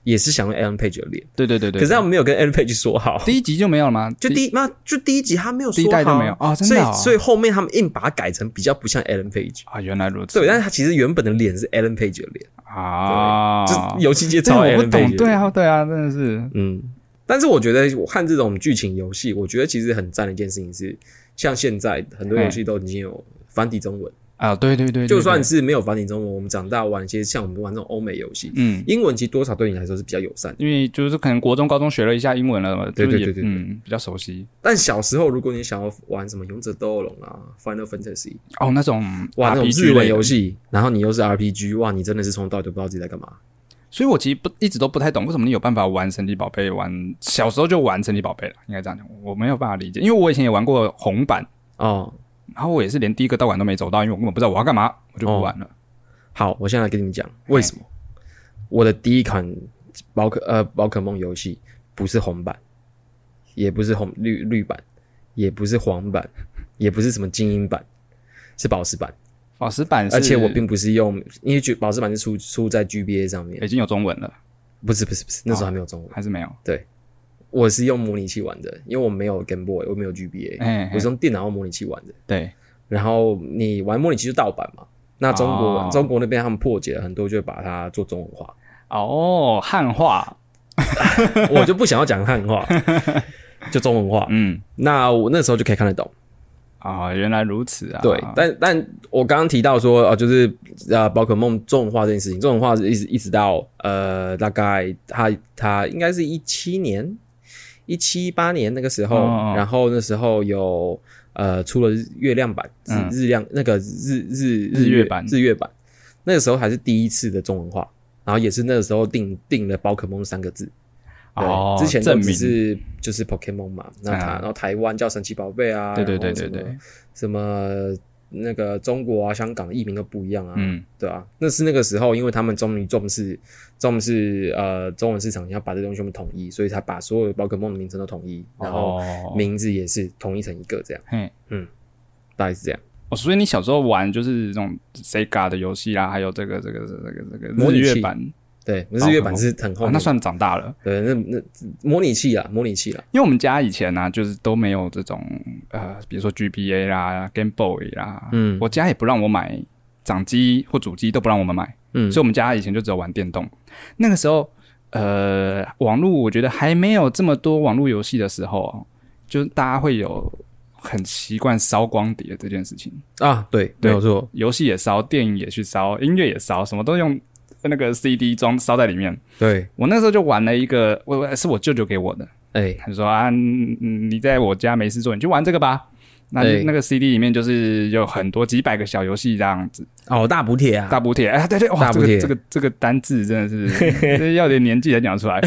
[SPEAKER 2] 也是想用 Alan Page 的脸，
[SPEAKER 1] 对对对对，
[SPEAKER 2] 可是他们没有跟 Alan Page 说好，
[SPEAKER 1] 第一集就没有了吗？
[SPEAKER 2] 就第一那就第一集他没有说好，啊
[SPEAKER 1] 第一代就没有哦真
[SPEAKER 2] 所
[SPEAKER 1] 的
[SPEAKER 2] 以
[SPEAKER 1] 哦
[SPEAKER 2] 所以后面他们硬把它改成比较不像 Alan Page，
[SPEAKER 1] 啊，原来如此，
[SPEAKER 2] 对，但是他其实原本的脸是 Alan Page 的脸，
[SPEAKER 1] 啊，
[SPEAKER 2] 就是游戏界
[SPEAKER 1] 对
[SPEAKER 2] 超
[SPEAKER 1] 我
[SPEAKER 2] Alan
[SPEAKER 1] 不
[SPEAKER 2] Page，的
[SPEAKER 1] 懂，
[SPEAKER 2] 脸
[SPEAKER 1] 对，啊对啊，真的是，
[SPEAKER 2] 嗯，但是我觉得我看这种剧情游戏，我觉得其实很赞的一件事情是，像现在很多游戏都已经有繁体中文，
[SPEAKER 1] 啊，对对对，对
[SPEAKER 2] 就算
[SPEAKER 1] 对
[SPEAKER 2] 是没有繁体中文，我们长大玩一些像我们玩这种欧美游戏，
[SPEAKER 1] 嗯。
[SPEAKER 2] 英文其实多少对你来说是比较友善的。
[SPEAKER 1] 因为就是可能国中、高中学了一下英文了嘛，
[SPEAKER 2] 对
[SPEAKER 1] 就是也
[SPEAKER 2] 对对对对
[SPEAKER 1] 嗯，比较熟悉
[SPEAKER 2] 但小时候如果你想要玩什么《勇者斗恶龙》啊，《Final Fantasy》，
[SPEAKER 1] 哦。那种
[SPEAKER 2] 哇，那种
[SPEAKER 1] RPG
[SPEAKER 2] 日文
[SPEAKER 1] 类的
[SPEAKER 2] 游，戏，然后你又是 RPG，哇，你真的是从头到尾都不知道自己在干嘛。
[SPEAKER 1] 所以我其实不一直都不太懂，为什么你有办法玩神奇宝贝，玩小时候就玩神奇宝贝了，应该这样讲，我没有办法理解，因为我以前也玩过红版，
[SPEAKER 2] 哦，
[SPEAKER 1] 然后我也是连第一个道馆都没走到，因为我根本不知道我要干嘛，我就不玩了。
[SPEAKER 2] 好，我现在来跟你们讲嗯为什么我的第一款宝可呃宝可梦游戏不是红版，也不是红绿绿版，也不是黄版，也不是什么精英版，是宝石版。
[SPEAKER 1] 宝石版是，
[SPEAKER 2] 而且我并不是用，因为宝石版是出出在 GBA 上面
[SPEAKER 1] 已，经有中文了，
[SPEAKER 2] 不是不是不是，那
[SPEAKER 1] 哦
[SPEAKER 2] 时候还没有中文。
[SPEAKER 1] 还是没有？
[SPEAKER 2] 我是用模拟器玩的，因为我没有 Game Boy，我没有 GBA，、
[SPEAKER 1] 哎哎
[SPEAKER 2] 我是用电脑用模拟器玩的。
[SPEAKER 1] 对，
[SPEAKER 2] 然后你玩模拟器就盗版嘛，那中国、
[SPEAKER 1] 哦
[SPEAKER 2] 中国那边他们破解了很多，就会把它做中文化。
[SPEAKER 1] 哦，汉化，
[SPEAKER 2] 我就不想要讲汉
[SPEAKER 1] [laughs]
[SPEAKER 2] 话，就中文话。
[SPEAKER 1] 嗯，
[SPEAKER 2] 那我那时候就可以看得懂，
[SPEAKER 1] 啊、原来如此啊，
[SPEAKER 2] 对。但但我刚刚提到说，呃，就是呃，宝可梦中文化这件事情，中文化是一直一直到呃，大概它它应该是一七年、一七一八年那个时候，
[SPEAKER 1] 哦哦
[SPEAKER 2] 然后那时候有呃出了月亮版、日
[SPEAKER 1] 嗯
[SPEAKER 2] 日亮那个日日
[SPEAKER 1] 日月
[SPEAKER 2] 月
[SPEAKER 1] 版
[SPEAKER 2] 日月版，那个时候还是第一次的中文化，然后也是那个时候定定了宝可梦三个字。对
[SPEAKER 1] 哦，
[SPEAKER 2] 之前都
[SPEAKER 1] 证
[SPEAKER 2] 只
[SPEAKER 1] 明，
[SPEAKER 2] 是就是 Pokemon 嘛，那它、
[SPEAKER 1] 嗯
[SPEAKER 2] 然后台湾叫神奇宝贝啊，
[SPEAKER 1] 对对
[SPEAKER 2] 然
[SPEAKER 1] 对对
[SPEAKER 2] 后什么
[SPEAKER 1] 对，
[SPEAKER 2] 什么那个中国啊、香港的译名都不一样啊，
[SPEAKER 1] 嗯，
[SPEAKER 2] 对啊，那是那个时候，因为他们终于重视重视呃中文市场，要把这东西全部统一，所以才把所有的宝可梦的名称都统一，然后
[SPEAKER 1] 哦
[SPEAKER 2] 名字也是统一成一个这样，
[SPEAKER 1] 嘿，
[SPEAKER 2] 大概是这样。
[SPEAKER 1] 哦，所以你小时候玩就是这种 Sega 的游戏啊啦，还有这个这个这个这个
[SPEAKER 2] 模
[SPEAKER 1] 日
[SPEAKER 2] 拟器
[SPEAKER 1] 月版，
[SPEAKER 2] 对，日月版是很后
[SPEAKER 1] 啊
[SPEAKER 2] 面，
[SPEAKER 1] 那算长大了。
[SPEAKER 2] 对，那那模拟器啊，模拟器啊，
[SPEAKER 1] 因为我们家以前呢、啊就是都没有这种呃，比如说 GBA 啦、Game Boy 啦，
[SPEAKER 2] 嗯
[SPEAKER 1] 我家也不让我买掌机或主机，都不让我们买，
[SPEAKER 2] 嗯
[SPEAKER 1] 所以我们家以前就只有玩电动。那个时候，呃，网络我觉得还没有这么多网络游戏的时候，啊就是大家会有很习惯烧光碟这件事情，
[SPEAKER 2] 啊，对，没
[SPEAKER 1] 对
[SPEAKER 2] 有错，
[SPEAKER 1] 游戏也烧，电影也去烧，音乐也烧，什么都用那个 CD 装烧在里面。
[SPEAKER 2] 对，
[SPEAKER 1] 我那时候就玩了一个，我我是我舅舅给我的，
[SPEAKER 2] 哎、
[SPEAKER 1] 他就说啊，嗯你在我家没事做，你去玩这个吧。那
[SPEAKER 2] 对
[SPEAKER 1] 那个 CD 里面就是有很多几百个小游戏这样子，
[SPEAKER 2] 哦，大补贴啊，
[SPEAKER 1] 大补贴，哎，对对，哇，
[SPEAKER 2] 大
[SPEAKER 1] 这
[SPEAKER 2] 补贴
[SPEAKER 1] 个这个这个单字真的
[SPEAKER 2] [laughs]
[SPEAKER 1] 是这要点年纪才讲得出来。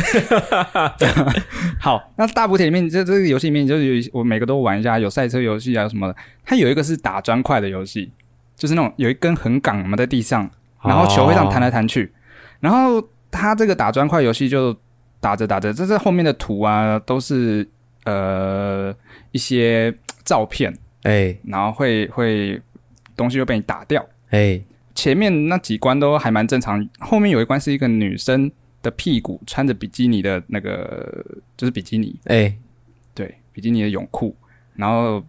[SPEAKER 1] 好，那大补贴里面，这这个游戏里面就是有一些我每个都玩一下，有赛车游戏啊什么的。它有一个是打砖块的游戏，就是那种有一根横杆我们在地上，然后球会这样弹来弹去。然后它这个打砖块游戏就打着打着，这这后面的图啊都是呃一些嘖照片，
[SPEAKER 2] 哎
[SPEAKER 1] 然后会会东西会被你打掉。
[SPEAKER 2] 哎
[SPEAKER 1] 前面那几关都还蛮正常，后面有一关是一个女生的屁股穿着比基尼的那个，就是比基尼，
[SPEAKER 2] 哎，
[SPEAKER 1] 对，比基尼的泳裤，然后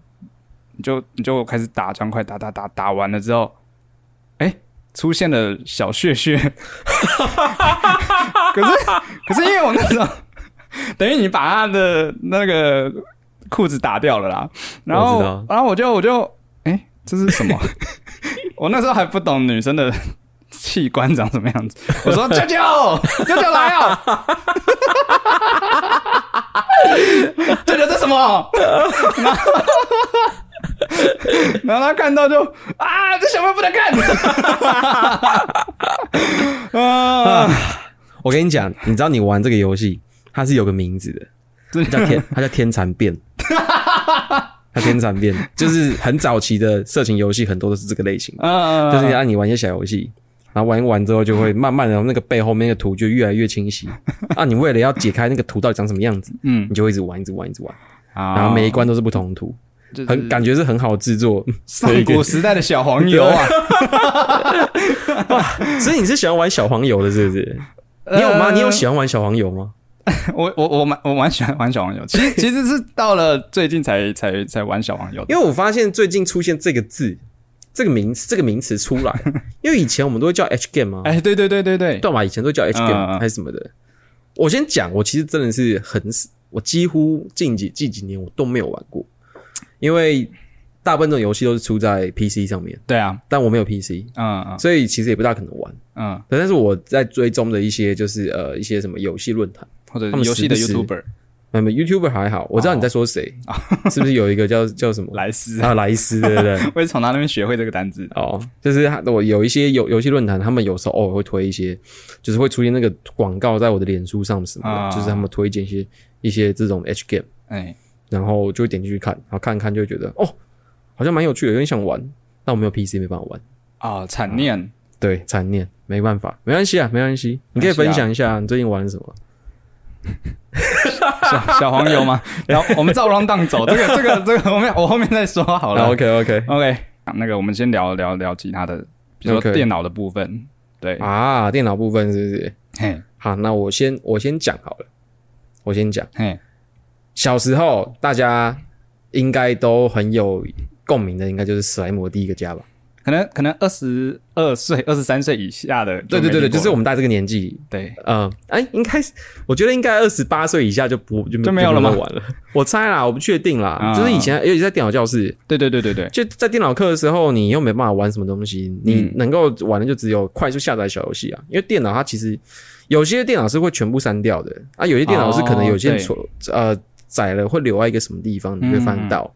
[SPEAKER 1] 你就你就开始打砖块，打打打打完了之后，哎、出现了小血血， [laughs] 可是可是因为我那时候等于你把他的那个裤子打掉了啦，然
[SPEAKER 2] 我
[SPEAKER 1] 后
[SPEAKER 2] 知道
[SPEAKER 1] 然后我就我就哎、这是什么？ [laughs] 我那时候还不懂女生的器官长什么样子，我说舅舅舅舅来哦， [laughs] 舅舅这什么？然后他看到就啊，这小妹不能干。 [laughs] 啊，
[SPEAKER 2] 我跟你讲，你知道你玩这个游戏，它是有个名字的，
[SPEAKER 1] 真
[SPEAKER 2] 它叫天，它叫天蚕
[SPEAKER 1] [laughs]
[SPEAKER 2] 变。它天蚕变就是很早期的色情游戏，很多都是这个类型，
[SPEAKER 1] 嗯，
[SPEAKER 2] 就是让你玩一些小游戏，然后玩一玩之后，就会慢慢的那个背后面那个图就越来越
[SPEAKER 1] [laughs]
[SPEAKER 2] 清晰。啊，你为了要解开那个图到底长什么样子，
[SPEAKER 1] 嗯，
[SPEAKER 2] 你就会一直玩，一直玩，一直玩，然
[SPEAKER 1] 然
[SPEAKER 2] 后每一关都是不同的图，
[SPEAKER 1] 啊
[SPEAKER 2] 很感觉是很好
[SPEAKER 1] [laughs]
[SPEAKER 2] 制作。
[SPEAKER 1] 上古时代的小黄油啊，
[SPEAKER 2] 所以你是喜欢玩小黄油的，是不是？啊
[SPEAKER 1] [laughs]
[SPEAKER 2] 你有吗？
[SPEAKER 1] 呃
[SPEAKER 2] 你有喜欢玩小黄油吗？
[SPEAKER 1] 我我我蛮我蛮喜欢玩小黄油，其
[SPEAKER 2] [laughs]
[SPEAKER 1] 实其实是到了最近才才才玩小黄油的，
[SPEAKER 2] 因为我发现最近出现这个字，这个名词，这个名词出来，
[SPEAKER 1] [laughs]
[SPEAKER 2] 因为以前我们都会叫 H game 嘛，
[SPEAKER 1] 哎，对对对对对，
[SPEAKER 2] 对嘛？以前都叫 H
[SPEAKER 1] 嗯
[SPEAKER 2] game
[SPEAKER 1] 嗯
[SPEAKER 2] 还是什么的。我先讲，我其实真的是很死，我几乎近几近几年我都没有玩过，因为大部分这种游戏都是出在 PC 上面，
[SPEAKER 1] 对啊，
[SPEAKER 2] 但我没有 PC，
[SPEAKER 1] 嗯嗯
[SPEAKER 2] 所以其实也不大可能玩。
[SPEAKER 1] 嗯，
[SPEAKER 2] 但是我在追踪的一些就是呃一些什么游戏论坛，
[SPEAKER 1] 或者
[SPEAKER 2] 他们
[SPEAKER 1] 游戏的
[SPEAKER 2] 时不时
[SPEAKER 1] YouTuber
[SPEAKER 2] 那么 YouTuber 还好，我知道你在说谁，是不是有一个叫叫什么？
[SPEAKER 1] 啊莱斯，
[SPEAKER 2] 还有莱斯，对不对？
[SPEAKER 1] 我也从他那边学会这个单字，
[SPEAKER 2] 哦，就是他我有一些游游戏论坛，他们有时候偶尔会推一些，就是会出现那个广告在我的脸书上什么的，
[SPEAKER 1] 啊
[SPEAKER 2] 就是他们推荐一些一些这种 H game，
[SPEAKER 1] 哎，
[SPEAKER 2] 然后就会点进去看，然后看一看就会觉得哦，好像蛮有趣的，有点想玩，但我没有 PC 没办法玩，
[SPEAKER 1] 啊，惨念，
[SPEAKER 2] 对，残念，没办法，没关系啊，没关系，你可以
[SPEAKER 1] 没关系啊
[SPEAKER 2] 分享一下你最近玩了什么。
[SPEAKER 1] 小小黄
[SPEAKER 2] [laughs]
[SPEAKER 1] 油吗？然后我们照 round down 走，这个这个这个，我面我后面再说好了。
[SPEAKER 2] OK OK
[SPEAKER 1] OK，那个我们先聊聊聊其他的，比如说
[SPEAKER 2] OK
[SPEAKER 1] 电脑的部分。对，
[SPEAKER 2] 啊，电脑部分是不是？
[SPEAKER 1] 嘿，
[SPEAKER 2] 好，那我先我先讲好了，我先讲。
[SPEAKER 1] 嘿，
[SPEAKER 2] 小时候大家应该都很有共鸣的，应该就是史莱姆的第一个家吧？
[SPEAKER 1] 可能可能二十二岁、二十三岁以下的，
[SPEAKER 2] 对对对对，就是我们大概这个年纪，
[SPEAKER 1] 对，
[SPEAKER 2] 呃，哎，应该是我觉得应该二十八岁以下就不就
[SPEAKER 1] 就没有了吗
[SPEAKER 2] 就不能玩了，我猜啦，我不确定啦，
[SPEAKER 1] 啊
[SPEAKER 2] 就是以前尤其在电脑教室，
[SPEAKER 1] 对对对对对，
[SPEAKER 2] 就在电脑课的时候，你又没办法玩什么东西，
[SPEAKER 1] 嗯
[SPEAKER 2] 你能够玩的就只有快速下载小游戏啊，因为电脑它其实有些电脑是会全部删掉的啊，有些电脑是可能有些
[SPEAKER 1] 哦
[SPEAKER 2] 错、呃载了会留在一个什么地方，你会翻
[SPEAKER 1] 嗯
[SPEAKER 2] 到。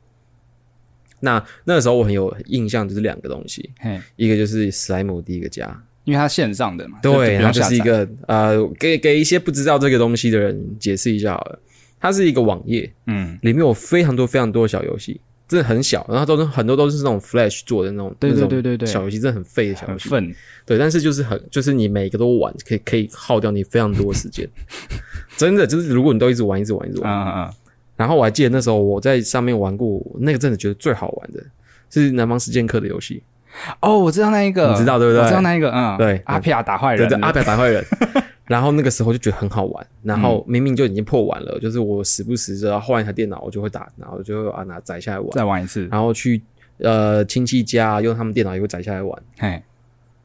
[SPEAKER 2] 那那个时候我很有印象，就是两个东西，
[SPEAKER 1] 嘿，
[SPEAKER 2] 一个就是史莱姆第一个家，
[SPEAKER 1] 因为它线上的嘛，就
[SPEAKER 2] 对，
[SPEAKER 1] 不
[SPEAKER 2] 它
[SPEAKER 1] 用
[SPEAKER 2] 就
[SPEAKER 1] 下
[SPEAKER 2] 是一
[SPEAKER 1] 载。
[SPEAKER 2] 个呃，给给一些不知道这个东西的人解释一下好了。它是一个网页，
[SPEAKER 1] 嗯，
[SPEAKER 2] 里面有非常多非常多的小游戏，真的很小，然后都是很多都是那种 Flash 做的那种，
[SPEAKER 1] 对对
[SPEAKER 2] 那种
[SPEAKER 1] 对对对嗯
[SPEAKER 2] 小游戏真的很废的小
[SPEAKER 1] 很
[SPEAKER 2] 游戏，
[SPEAKER 1] 愤，
[SPEAKER 2] 对，但是就是很就是你每一个都玩，可以可以耗掉你非常多的时间，
[SPEAKER 1] [laughs]
[SPEAKER 2] 真的就是如果你都一直玩一直玩一直
[SPEAKER 1] 嗯
[SPEAKER 2] 玩，
[SPEAKER 1] 嗯嗯，
[SPEAKER 2] 然后我还记得那时候我在上面玩过，那个真的觉得最好玩的是南方四剑客的游戏，
[SPEAKER 1] 哦，我知道那一个，
[SPEAKER 2] 你知道对不对
[SPEAKER 1] 我知道那一个，嗯，
[SPEAKER 2] 对
[SPEAKER 1] 阿皮亚打坏
[SPEAKER 2] 对
[SPEAKER 1] 人，
[SPEAKER 2] 对，阿表白
[SPEAKER 1] [laughs]
[SPEAKER 2] 坏人。然后那个时候就觉得很好玩，然后
[SPEAKER 1] 嗯
[SPEAKER 2] 明明就已经破完了，就是我时不时就要换一台电脑，我就会打，然后就会啊拿载下来玩，
[SPEAKER 1] 再玩一次，
[SPEAKER 2] 然后去呃亲戚家用他们电脑也会载下来玩，
[SPEAKER 1] 嘿，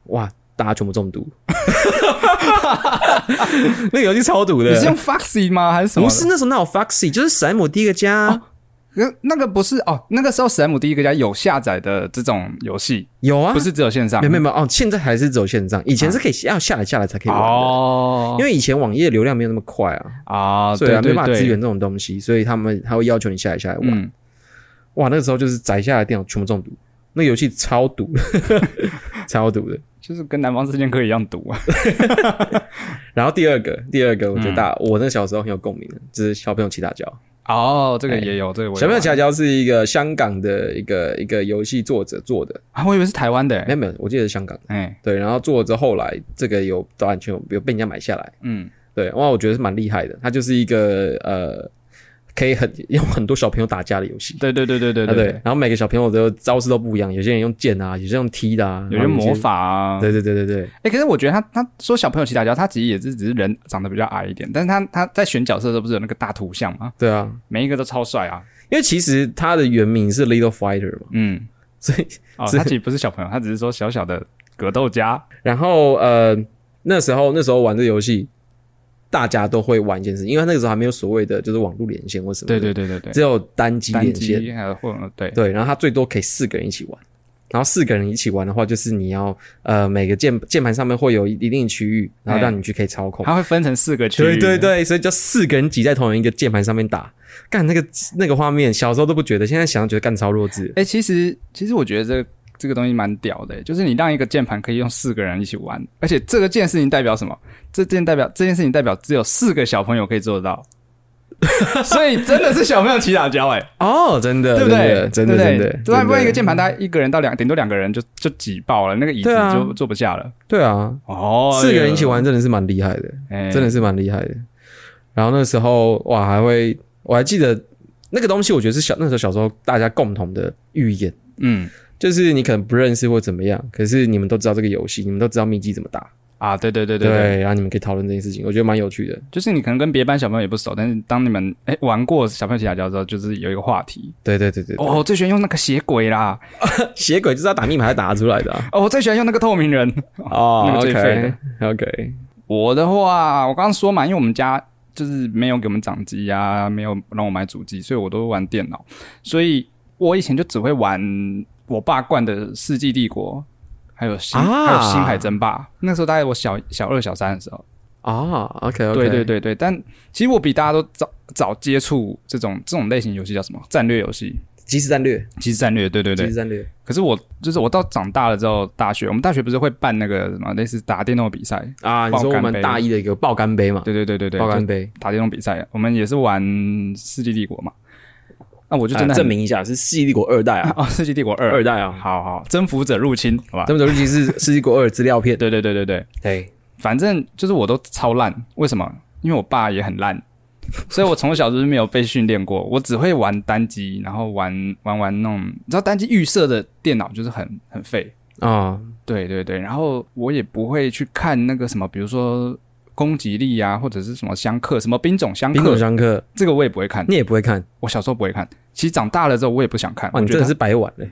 [SPEAKER 2] 哇，大家全部中毒，那个游戏超
[SPEAKER 1] [laughs]
[SPEAKER 2] 毒
[SPEAKER 1] 你是用
[SPEAKER 2] 的，
[SPEAKER 1] Foxy 吗？还是什么
[SPEAKER 2] 不
[SPEAKER 1] 的？
[SPEAKER 2] 是那时候那有 Foxy，就是史莱姆第一个家、
[SPEAKER 1] 可那个不是哦，那个时候史莱姆第一个家有下载的这种游戏，
[SPEAKER 2] 有啊，
[SPEAKER 1] 不是只有线上，
[SPEAKER 2] 没没没哦，现在还是只有线上，以前是可以要下来下来才可以玩的，
[SPEAKER 1] 哦，
[SPEAKER 2] 因为以前网页流量没有那么快啊，
[SPEAKER 1] 啊，
[SPEAKER 2] 对
[SPEAKER 1] 对
[SPEAKER 2] 啊，没
[SPEAKER 1] 对
[SPEAKER 2] 办法
[SPEAKER 1] 对，
[SPEAKER 2] 支援这种东西，所以他们他会要求你下载下来玩。
[SPEAKER 1] 嗯，
[SPEAKER 2] 哇，那个时候就是载下来的电脑全部中毒，那个游戏超毒， [laughs] 超毒的。
[SPEAKER 1] 就是跟南方四剑客一样毒啊，
[SPEAKER 2] 然后第二个，第二个，
[SPEAKER 1] 嗯
[SPEAKER 2] 我觉得大、我那小时候很有共鸣的，就是小朋友骑大脚。
[SPEAKER 1] 哦，
[SPEAKER 2] 哎
[SPEAKER 1] 这个也有，这个我也
[SPEAKER 2] 小朋友
[SPEAKER 1] 玩
[SPEAKER 2] 骑大脚是一个香港的一个一个游戏作者做的，
[SPEAKER 1] 啊，我以为是台湾的
[SPEAKER 2] 没
[SPEAKER 1] 欸，
[SPEAKER 2] 有没有，我记得是香港的。
[SPEAKER 1] 哎，
[SPEAKER 2] 对，然后做了之后，后来这个有版权有有被人家买下来，
[SPEAKER 1] 嗯，
[SPEAKER 2] 对，哇，我觉得是蛮厉害的。它就是一个呃，可以很用很多小朋友打架的游戏。
[SPEAKER 1] 对对对对对
[SPEAKER 2] 啊对，然后每个小朋友的招式都不一样，有些人用剑啊，有些人用踢的啊，
[SPEAKER 1] 有
[SPEAKER 2] 然
[SPEAKER 1] 些
[SPEAKER 2] 后
[SPEAKER 1] 魔法啊，
[SPEAKER 2] 对对对对对，
[SPEAKER 1] 哎，可是我觉得他他说小朋友骑大脚，他其实也是只是人长得比较矮一点，但是他他在选角色的时候不是有那个大图像吗？
[SPEAKER 2] 对啊，
[SPEAKER 1] 每一个都超帅啊，
[SPEAKER 2] 因为其实它的原名是 Little Fighter 嘛，
[SPEAKER 1] 嗯，
[SPEAKER 2] 所以
[SPEAKER 1] 哦，
[SPEAKER 2] 是
[SPEAKER 1] 他其实不是小朋友，他只是说小小的格斗家，
[SPEAKER 2] 然后呃，那时候那时候玩这游戏，大家都会玩一件事，因为那个时候还没有所谓的就是网络连线或什么的，
[SPEAKER 1] 对对对对对，
[SPEAKER 2] 只有单机
[SPEAKER 1] 单
[SPEAKER 2] 连线，
[SPEAKER 1] 机还有混合对，
[SPEAKER 2] 对，然后它最多可以四个人一起玩。然后四个人一起玩的话，就是你要呃每个键键盘上面会有一定的区域，然后让你去可以操控。
[SPEAKER 1] 它会分成四个区域，
[SPEAKER 2] 对对对，所以就四个人挤在同一个键盘上面打，干那个那个画面，小时候都不觉得，现在想觉得干超弱智。
[SPEAKER 1] 哎、其实其实我觉得这这个东西蛮屌的、就是你让一个键盘可以用四个人一起玩，而且这个件事情代表什么？这件代表这件事情代表只有四个小朋友可以做得到， [laughs] 所以真的是小朋友起打跤哎、
[SPEAKER 2] 哦，真的，
[SPEAKER 1] 对不对？
[SPEAKER 2] 真的，真的，
[SPEAKER 1] 对
[SPEAKER 2] 真
[SPEAKER 1] 不
[SPEAKER 2] 的
[SPEAKER 1] 对？对啊，不然一个
[SPEAKER 2] 真的
[SPEAKER 1] 键盘，大概一个人到两，顶多两个人就就挤爆了，那个椅子
[SPEAKER 2] 对啊
[SPEAKER 1] 就坐不下了。
[SPEAKER 2] 对啊，
[SPEAKER 1] 哦，
[SPEAKER 2] 四个人一起玩真的是蛮厉害的。
[SPEAKER 1] 哎，
[SPEAKER 2] 真的是蛮厉害的。然后那时候哇，还会我还记得那个东西，我觉得是小那时候小时候大家共同的预言，
[SPEAKER 1] 嗯
[SPEAKER 2] 就是你可能不认识或怎么样，可是你们都知道这个游戏，你们都知道秘籍怎么打，
[SPEAKER 1] 啊，对对对对对，
[SPEAKER 2] 然后你们可以讨论这件事情，我觉得蛮有趣的。
[SPEAKER 1] 就是你可能跟别班小朋友也不熟，但是当你们哎玩过小朋友起打跤之后，就是有一个话题。
[SPEAKER 2] 对对对对， [laughs]
[SPEAKER 1] 哦，我最喜欢用那个血鬼啦，
[SPEAKER 2] 血鬼就是要打密码才打得出来
[SPEAKER 1] [laughs]
[SPEAKER 2] 的啊、
[SPEAKER 1] 哦，我最喜欢用那个透明人。 [laughs]
[SPEAKER 2] 哦
[SPEAKER 1] 那个最废的
[SPEAKER 2] OK，
[SPEAKER 1] 我的话，我刚刚说嘛，因为我们家就是没有给我们掌机啊，没有让我买主机，所以我都玩电脑。所以我以前就只会玩我爸灌的《世纪帝国》，还有星，
[SPEAKER 2] 啊
[SPEAKER 1] 还有《星海争霸》。那时候大概我小小二、小三的时候。
[SPEAKER 2] 啊，OK，
[SPEAKER 1] 对对对对，但其实我比大家都早早接触这种这种类型游戏，叫什么战略游戏、
[SPEAKER 2] 即时战略，
[SPEAKER 1] 即时战略。对对
[SPEAKER 2] 即
[SPEAKER 1] 对
[SPEAKER 2] 时。战略，
[SPEAKER 1] 可是我就是我到长大了之后，大学我们大学不是会办那个什么类似打电动的比赛？
[SPEAKER 2] 啊，你
[SPEAKER 1] 爆
[SPEAKER 2] 说我
[SPEAKER 1] 肝
[SPEAKER 2] 们
[SPEAKER 1] 杯
[SPEAKER 2] 大一的一个爆肝杯嘛，
[SPEAKER 1] 对对对对对，
[SPEAKER 2] 爆
[SPEAKER 1] 就
[SPEAKER 2] 肝杯，
[SPEAKER 1] 打电动比赛，我们也是玩《世纪帝国》嘛。那、我就真的
[SPEAKER 2] 啊
[SPEAKER 1] 很、
[SPEAKER 2] 证明一下是《世纪帝国二代》啊，
[SPEAKER 1] [laughs] 哦，《世纪帝国二》
[SPEAKER 2] 二代啊，
[SPEAKER 1] 好好，征服者入侵，好吧
[SPEAKER 2] 他？们走日记是《世纪国二》资料片。
[SPEAKER 1] 对对对对对，
[SPEAKER 2] 对，
[SPEAKER 1] 反正就是我都超烂，为什么？因为我爸也很烂， [laughs] 所以我从小就是没有被训练过，我只会玩单机，然后玩玩玩那种，你知道单机预设的电脑就是很很废，
[SPEAKER 2] 啊、
[SPEAKER 1] 对对对，然后我也不会去看那个什么，比如说攻击力啊，或者是什么相克，什么兵种相
[SPEAKER 2] 冰桶
[SPEAKER 1] 克，
[SPEAKER 2] 相克
[SPEAKER 1] 这个我也不会看。
[SPEAKER 2] 你也不会看，
[SPEAKER 1] 我小时候不会看，其实长大了之后我也不想看。
[SPEAKER 2] 哇，
[SPEAKER 1] 我
[SPEAKER 2] 哦你
[SPEAKER 1] 觉
[SPEAKER 2] 真
[SPEAKER 1] 得
[SPEAKER 2] 的是白玩
[SPEAKER 1] [laughs]
[SPEAKER 2] 嘞、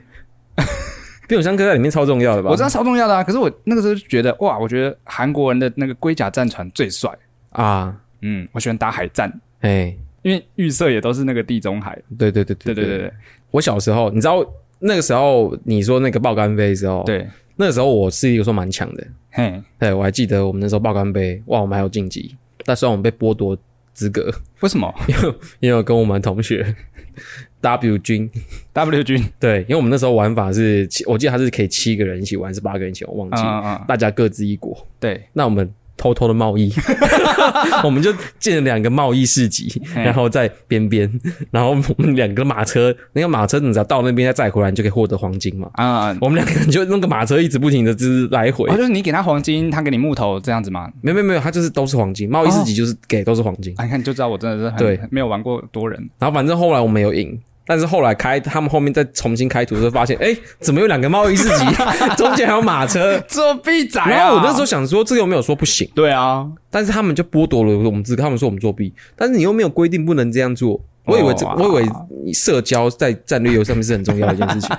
[SPEAKER 2] 冰桶相克在里面超重要的吧？
[SPEAKER 1] 我知道超重要的啊，可是我那个时候就觉得哇，我觉得韩国人的那个龟甲战船最帅。
[SPEAKER 2] 啊，
[SPEAKER 1] 嗯，我喜欢打海战，
[SPEAKER 2] 哎，
[SPEAKER 1] 因为预设也都是那个地中海。
[SPEAKER 2] 对对对
[SPEAKER 1] 对对
[SPEAKER 2] 对
[SPEAKER 1] 对对
[SPEAKER 2] 我小时候，你知道那个时候你说那个爆肝杯的时候，，
[SPEAKER 1] 对，
[SPEAKER 2] 那个时候我视力有时候蛮强的，
[SPEAKER 1] 嘿，
[SPEAKER 2] 对我还记得我们那时候爆肝杯，哇，我们还有晋级，但虽然我们被剥夺资格，
[SPEAKER 1] 为什么 [laughs]
[SPEAKER 2] 因为我跟我们同学 [laughs] W 君，
[SPEAKER 1] W 军？
[SPEAKER 2] 对，因为我们那时候玩法是七，我记得他是可以七个人一起玩，是八个人一起玩，我忘
[SPEAKER 1] 嗯
[SPEAKER 2] 记了，
[SPEAKER 1] 嗯嗯，
[SPEAKER 2] 大家各自一国。
[SPEAKER 1] 对，
[SPEAKER 2] 那我们偷偷的贸易，我们就建了两个贸易市集，
[SPEAKER 1] 嗯
[SPEAKER 2] 然后在边边，然后我们两个马车，那个马车你只要到那边再载回来，你就可以获得黄金嘛。
[SPEAKER 1] 啊、嗯，
[SPEAKER 2] 我们两个人就那个马车一直不停的就是来回
[SPEAKER 1] 哦，，就是你给他黄金，他给你木头这样子嘛。
[SPEAKER 2] 没有没有没有，它就是都是黄金，贸易市集就是给都是黄金。
[SPEAKER 1] 啊，你看你就知道我真的是很
[SPEAKER 2] 对
[SPEAKER 1] 没有玩过多人。
[SPEAKER 2] 然后反正后来我们有赢。但是后来开他们后面再重新开图的时候，发现哎、诶怎么有两个贸易市集，中间还有马车？
[SPEAKER 1] 作弊仔
[SPEAKER 2] 然后我那时候想说，这个又没有说不行，
[SPEAKER 1] 对啊，
[SPEAKER 2] 但是他们就剥夺了我们资格，他们说我们作弊，但是你又没有规定不能这样做。我以为这，
[SPEAKER 1] 哇
[SPEAKER 2] 我以为你社交在战略游戏上面是很重要的一件事
[SPEAKER 1] [laughs]
[SPEAKER 2] 情。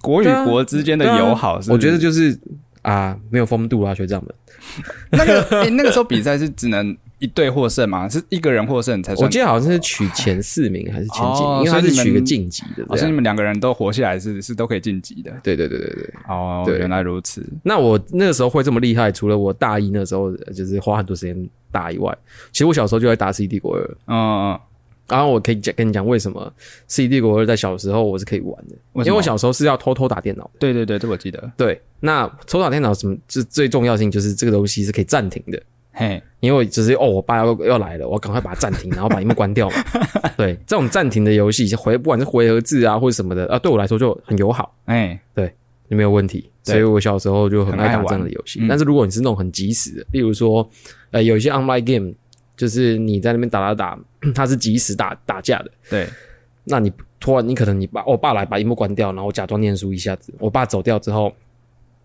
[SPEAKER 1] 国与
[SPEAKER 2] 对啊
[SPEAKER 1] 国之间的
[SPEAKER 2] 对啊
[SPEAKER 1] 友好是不是
[SPEAKER 2] 我觉得就是啊，没有风度啊，学长们。
[SPEAKER 1] [laughs] 那个、诶那个时候比赛是只能一队获胜嘛，是一个人获胜才
[SPEAKER 2] 我
[SPEAKER 1] 算。
[SPEAKER 2] 记得好像是取前四名还是前几
[SPEAKER 1] 哦
[SPEAKER 2] 名，因为
[SPEAKER 1] 所以
[SPEAKER 2] 他是
[SPEAKER 1] 你们
[SPEAKER 2] 取一个晋级的
[SPEAKER 1] 哦，
[SPEAKER 2] 这
[SPEAKER 1] 所以你
[SPEAKER 2] 样。
[SPEAKER 1] 们两个人都活下来是是都可以晋级的。
[SPEAKER 2] 对对对对对。
[SPEAKER 1] 哦，
[SPEAKER 2] 对
[SPEAKER 1] 原来如此。
[SPEAKER 2] 那我那个时候会这么厉害，除了我大一那时候就是花很多时间打以外，其实我小时候就在打《C 帝国二》，
[SPEAKER 1] 嗯嗯，
[SPEAKER 2] 然后我可以讲跟你讲为什么《C 帝国二》在小时候我是可以玩的，
[SPEAKER 1] 为什么
[SPEAKER 2] 因为我小时候是要偷偷打电脑。
[SPEAKER 1] 对对对，这我记得。
[SPEAKER 2] 对，那抽打电脑什么最最重要性就是这个东西是可以暂停的，
[SPEAKER 1] 嘿，
[SPEAKER 2] 因为我只是哦，我爸要要来了，我赶快把它暂停，然后把荧幕
[SPEAKER 1] [laughs]
[SPEAKER 2] 关掉嘛。对，这种暂停的游戏，回不管是回合制啊或者什么的啊，对我来说就很友好，
[SPEAKER 1] 哎，
[SPEAKER 2] 就没有问题。
[SPEAKER 1] 对
[SPEAKER 2] 所以我小时候就很
[SPEAKER 1] 很
[SPEAKER 2] 爱
[SPEAKER 1] 爱
[SPEAKER 2] 打
[SPEAKER 1] 玩
[SPEAKER 2] 这样的游戏。
[SPEAKER 1] 嗯
[SPEAKER 2] 但是如果你是那种很即时的，例如说，呃，有一些 online game，就是你在那边打打打，它是即时打打架的，
[SPEAKER 1] 对，
[SPEAKER 2] 那你突然你可能你爸我、爸来把荧幕关掉，然后我假装念书一下子，我爸走掉之后，